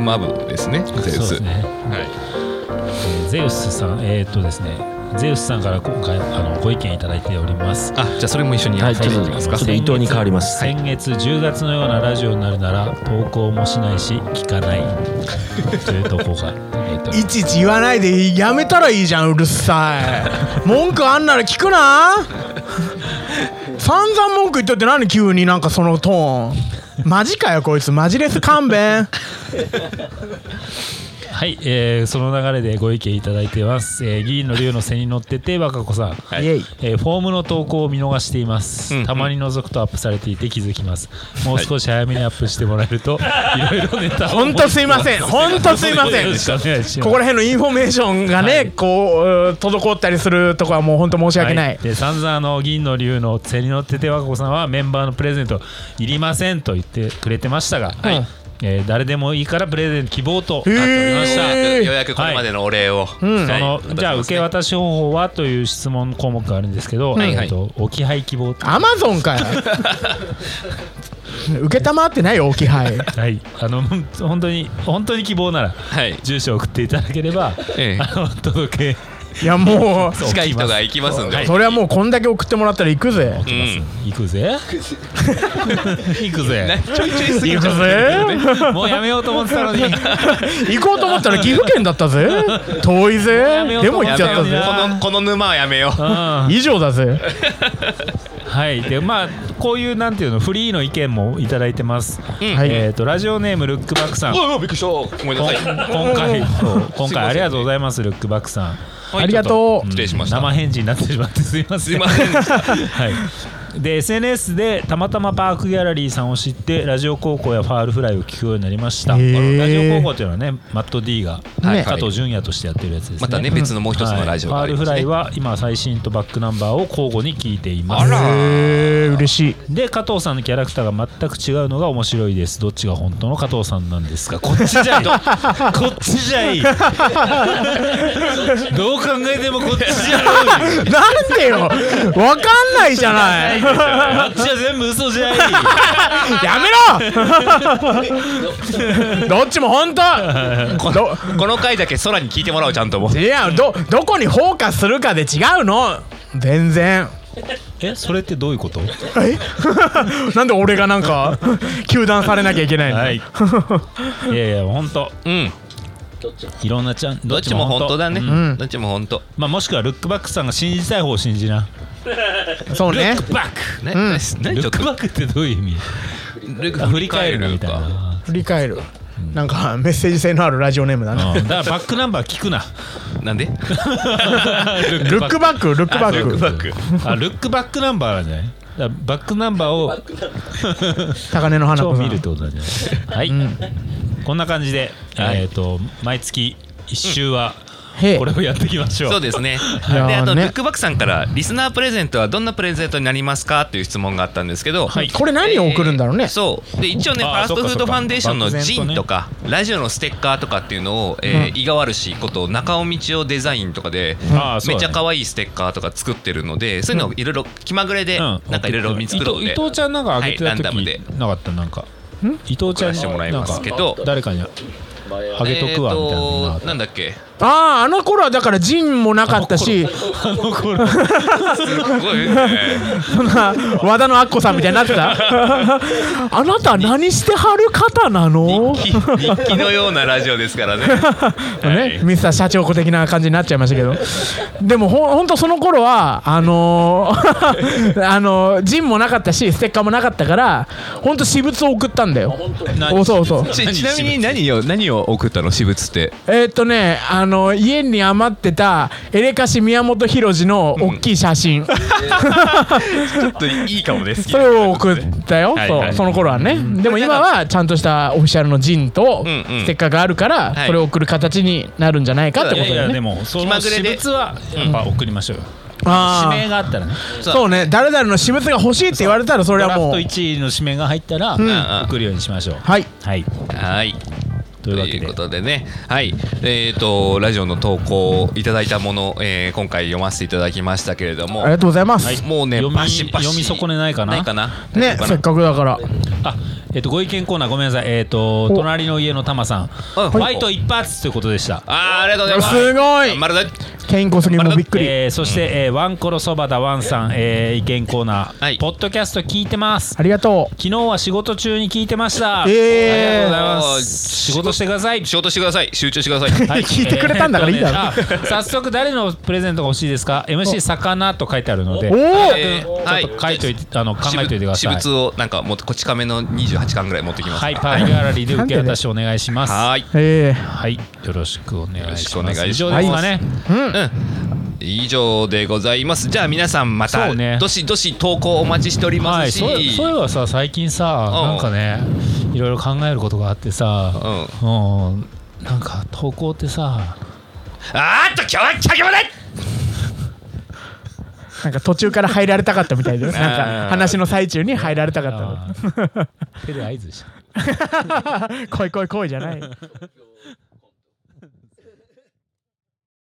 Speaker 5: マブですねゼウ
Speaker 4: そうで
Speaker 5: ス、
Speaker 4: すね
Speaker 5: はい、
Speaker 4: えーゼウスさんえーっとですねゼウスさんから今回あのご意見いただいております
Speaker 5: あじゃあそれも一緒にや
Speaker 7: はい
Speaker 5: って
Speaker 7: ち
Speaker 5: い
Speaker 7: ょっ
Speaker 5: き
Speaker 7: と
Speaker 5: ます
Speaker 7: ちょ
Speaker 5: か
Speaker 7: っと伊藤に変わります
Speaker 4: 先月10月のようなラジオになるなら投稿もしないし聞かないという投稿が、えーっと
Speaker 8: いちいち言わないでやめたらいいじゃんうるさい文句あんなら聞くな散々文句言っといて何急になんかそのトーンマジかよこいつマジレス勘弁
Speaker 4: はい、えーその流れでご意見いただいてます、えー議員の竜の背に乗ってて和歌子さん、
Speaker 8: イエイ
Speaker 4: えーフォームの投稿を見逃しています、たまに覗くとアップされていて気づきますもう少し早めにアップしてもらえ ると、い、ろいろネタを
Speaker 8: ほんとすいま せんほんとすいません
Speaker 4: よろしくお願いします
Speaker 8: ここら辺のインフォメーションがね、
Speaker 4: はい
Speaker 8: こううん滞ったりするとこはもうほんと申し訳ない、
Speaker 4: はい、で散々あの銀の竜の背に乗ってて和歌子さんはメンバーのプレゼントいりませんと言ってくれてましたが、
Speaker 8: い
Speaker 4: えー誰でもいいからプレゼント希望と
Speaker 8: へ
Speaker 5: りました
Speaker 8: え
Speaker 5: ようやくここまでのお礼を、
Speaker 8: ん
Speaker 5: はい
Speaker 4: そのじゃあ受け渡し方法はという質問項目があるんですけど、
Speaker 5: いはい
Speaker 4: えっと置き配希望と
Speaker 8: アマゾンかよ 受けたまってないよ置 き配
Speaker 4: はい、あのうん本当に本当に希望なら
Speaker 5: はい
Speaker 4: 住所を送っていただければ、
Speaker 5: ええ
Speaker 4: あの届け
Speaker 8: いやもう
Speaker 5: 近い人が行きますんで、
Speaker 8: それはもうこんだけ送ってもらったら行くぜ
Speaker 5: うん
Speaker 4: 行 くぜ 行くぜ
Speaker 5: ちょいちょい過ぎ
Speaker 8: 行
Speaker 5: ち
Speaker 8: く
Speaker 5: ゃう
Speaker 8: ぜ
Speaker 4: もうやめようと思ってた のに
Speaker 8: 行こうと思ったら岐阜県だったぜ遠いぜ
Speaker 4: めよう
Speaker 8: で
Speaker 4: と思
Speaker 8: も
Speaker 4: っ
Speaker 8: 行
Speaker 4: た
Speaker 8: っちゃ
Speaker 4: やめ
Speaker 8: った
Speaker 4: よう
Speaker 8: ぜ
Speaker 4: や
Speaker 5: このこの沼はやめよう
Speaker 4: うん
Speaker 8: 以上だぜ
Speaker 4: はい、でまあこういうなんていうのフリーの意見もいただいてます。
Speaker 8: はい
Speaker 4: えっ、とラジオネームルックバックさん。こん
Speaker 5: おいおいびっくりしたごめんなさい
Speaker 4: 今回そう今回ありがとうございますルックバックさん。
Speaker 8: ありがと
Speaker 5: 失礼しました
Speaker 4: 生返事になってしまってすいません。
Speaker 5: すいませんでした
Speaker 4: はい。で SNS でたまたまパークギャラリーさんを知ってラジオ高校やファールフライを聞くようになりました。
Speaker 8: へー
Speaker 4: あのラジオ高校というのはねマット D が、
Speaker 8: ね
Speaker 4: 加藤純也としてやってるやつですね。
Speaker 5: またね別のもう一つのラジオが
Speaker 4: は
Speaker 5: あ
Speaker 4: いファ
Speaker 5: り
Speaker 4: ール
Speaker 5: ます
Speaker 4: フラ
Speaker 5: ね
Speaker 4: イは今最新とバックナンバーを交互に聞いています。
Speaker 5: あ
Speaker 8: う
Speaker 5: ら
Speaker 8: へえ嬉しい
Speaker 4: で加藤さんのキャラクターが全く違うのが面白いですどっちが本当の加藤さんなんですかこっち じゃいいこっちじ ゃいいどう考えてもこっちじゃい
Speaker 8: なんでよわかんないじゃない
Speaker 4: あっちは全部嘘じゃい
Speaker 8: やめろどっちも本当ど
Speaker 5: この回だけ空に聞いてもらおうちゃんともう
Speaker 8: いやどどこにフォーカスするかで違うの全然
Speaker 4: えそれってどういうこと
Speaker 8: えなんで俺がなんか糾弾されなきゃいけない の、
Speaker 4: はいいやいや本当
Speaker 5: ん
Speaker 4: いろんなちゃん
Speaker 5: ど
Speaker 4: ど
Speaker 5: っちも本当だね、
Speaker 4: うん
Speaker 8: ん
Speaker 5: どっちも本当
Speaker 4: まあもしくはルックバックさんが信じたい方を信じな
Speaker 8: そうね
Speaker 4: バッ
Speaker 5: ね、
Speaker 8: ん
Speaker 5: ね
Speaker 4: ル
Speaker 5: ちょ
Speaker 4: ッ
Speaker 5: っと
Speaker 4: クバックってどういう意味あ振り返るみたいな
Speaker 8: 振り返るなんかメッセージ性のあるラジオネームだ
Speaker 4: う
Speaker 8: ね
Speaker 4: んだからバックナンバー 聞くな
Speaker 5: なんで
Speaker 8: ルックバックルックバック
Speaker 5: バック
Speaker 4: あルックバックナンバーなんじゃないだからバックナンバーを
Speaker 8: 高根の花
Speaker 4: 超
Speaker 8: 子さ
Speaker 4: 見るっ
Speaker 8: ん
Speaker 4: てことなんじゃないはい、こんな感じで、えっ、と毎月一週は
Speaker 8: へえ
Speaker 4: これをやっていきましょう、
Speaker 5: そうですね。
Speaker 8: いやー
Speaker 5: であと、
Speaker 8: ね
Speaker 5: ルックバックさんからリスナープレゼントはどんなプレゼントになりますかという質問があったんですけど、
Speaker 4: はい
Speaker 8: これ何を送るんだろうね
Speaker 5: そうで一応ねフ
Speaker 4: あー
Speaker 5: ァーストフ
Speaker 4: そ
Speaker 5: ー
Speaker 4: っかそ
Speaker 5: ド
Speaker 4: っ
Speaker 5: フ
Speaker 4: か
Speaker 5: ァンデーションの
Speaker 4: 漠然と
Speaker 5: ジ
Speaker 4: ね
Speaker 5: ンとかラジオのステッカーとかっていうのを、えー井川るしこと中尾道夫デザインとかで、
Speaker 4: あーそう
Speaker 5: めっ
Speaker 4: だ
Speaker 5: ちゃ
Speaker 4: ね
Speaker 5: 可愛いステッカーとか作ってるのでそういうのをいろいろ気まぐれで、
Speaker 4: うん
Speaker 5: なんかいろいろ見繕っ
Speaker 4: 伊
Speaker 5: て
Speaker 4: 藤伊藤ちゃんなんかあげてた
Speaker 5: はい
Speaker 4: 時、
Speaker 5: ランダムで
Speaker 4: なかったなんか伊藤ちゃ
Speaker 5: 送ら
Speaker 4: ん
Speaker 5: せて
Speaker 4: の
Speaker 5: もらい
Speaker 4: なん
Speaker 5: ま
Speaker 4: か
Speaker 5: すけど
Speaker 4: 誰かにあげとくわみたいなの
Speaker 5: えー
Speaker 4: なかっ
Speaker 5: と
Speaker 4: た
Speaker 5: なんだっけ
Speaker 8: あああの頃はだからジンもなかったし
Speaker 4: あの頃
Speaker 5: すごいね
Speaker 8: そんな 和田のアッコさんみたいになってたあなた何してはる方なの
Speaker 5: 日日記のようなラジオです からね
Speaker 8: ね、ミスター社長子的な感じになっちゃいましたけどでもほんほんとその頃はあのー あのージンもなかったしステッカーもなかったからほんと私物を送ったんだよおそうそう
Speaker 5: ちちなみに何を何を送ったの私物って
Speaker 8: えーっとねあの家に余ってたエレカシ宮本浩次の大きい写真、
Speaker 5: ちょっといいかもです
Speaker 8: それを送ったよ、
Speaker 5: はい
Speaker 8: そう
Speaker 5: はい
Speaker 8: その頃はね、でも今はちゃんとしたオフィシャルのジンと
Speaker 5: うんうん
Speaker 8: ステッカーがあるから、
Speaker 5: はい
Speaker 8: それを送る形になるんじゃないかって
Speaker 4: い
Speaker 8: こ
Speaker 4: や
Speaker 8: と
Speaker 4: い
Speaker 8: だよ
Speaker 4: や
Speaker 8: ね
Speaker 4: でもそ
Speaker 5: 気
Speaker 4: の
Speaker 5: まぐ
Speaker 4: 私
Speaker 5: れで
Speaker 4: 物はやっぱ送りましょうよ、
Speaker 8: あー
Speaker 4: 指名があったらね
Speaker 8: そうね誰々の私物が欲しいって言われたらそ
Speaker 4: ド
Speaker 8: れ
Speaker 4: ラ
Speaker 8: は
Speaker 4: フ
Speaker 8: も
Speaker 4: ト
Speaker 8: う
Speaker 4: 1位の指名が入ったら、
Speaker 5: ん
Speaker 4: 送るようにしましょう
Speaker 8: はい
Speaker 4: はい
Speaker 5: はいと
Speaker 4: というわけ
Speaker 5: いう
Speaker 4: で
Speaker 5: ことでね、はい、えっ、と、ラジオの投稿をいただいたもの、えー今回読ませていただきましたけれども
Speaker 8: あり。がとうございます、
Speaker 5: もうね、
Speaker 4: 読み
Speaker 5: バシバシ
Speaker 4: 読み損ねないかな
Speaker 5: ないかな。
Speaker 8: ねせっかくだから
Speaker 4: あ、えっとご意見コーナーごめんなさい。えっと
Speaker 8: お
Speaker 4: 隣の家のタマさん、フ
Speaker 5: あ
Speaker 4: ァイト一発ということでした。
Speaker 5: あー、ありがとうございます。
Speaker 8: すごい
Speaker 5: 頑張るぞ。
Speaker 8: ケイン小杉もびっくり。
Speaker 4: えーそして、えーワンコロそばだワンさん、えー意見コーナー、
Speaker 5: はい
Speaker 4: ポッドキャスト聞いてます
Speaker 8: ありがとう。
Speaker 4: 昨日は仕事中に聞いてました、あ
Speaker 8: えー
Speaker 4: りがとうございます仕事してください
Speaker 5: 仕事してください集中してください
Speaker 4: はい
Speaker 8: 聞いてくれたんだからいいだ
Speaker 4: えーっとねあ早速誰のプレゼントが欲しいですか MC 魚と書いてあるので
Speaker 8: おお
Speaker 5: えー
Speaker 4: ちょっと書いといてあの考えといてください
Speaker 5: 私物をなんかもっとこち亀の28巻ぐらい持ってきます
Speaker 4: はいパーギャラリーで受け渡しお願いします
Speaker 5: はーい
Speaker 8: え
Speaker 4: はいよろしくお願いし
Speaker 5: よろしくお
Speaker 4: ま
Speaker 5: 願いします
Speaker 4: す以上ですかね
Speaker 5: 以上でございますじゃあ皆さんま
Speaker 4: そ
Speaker 5: た
Speaker 4: うね
Speaker 5: どしどし投稿お待ちしており
Speaker 4: は
Speaker 5: ま
Speaker 4: い
Speaker 5: すし、
Speaker 4: そうそういえばさ最近さ
Speaker 5: うん
Speaker 4: なんかねいろいろ考えることがあって
Speaker 5: う
Speaker 4: さ
Speaker 5: ん、
Speaker 4: うんなんか投稿ってさ
Speaker 5: あーっと今日は叫ばない
Speaker 8: なんか途中から入られたかったみたいです。なん
Speaker 5: あー
Speaker 8: か話の最中に入られたかっ
Speaker 4: あー手で合図した
Speaker 8: た。来い来い来いじゃない。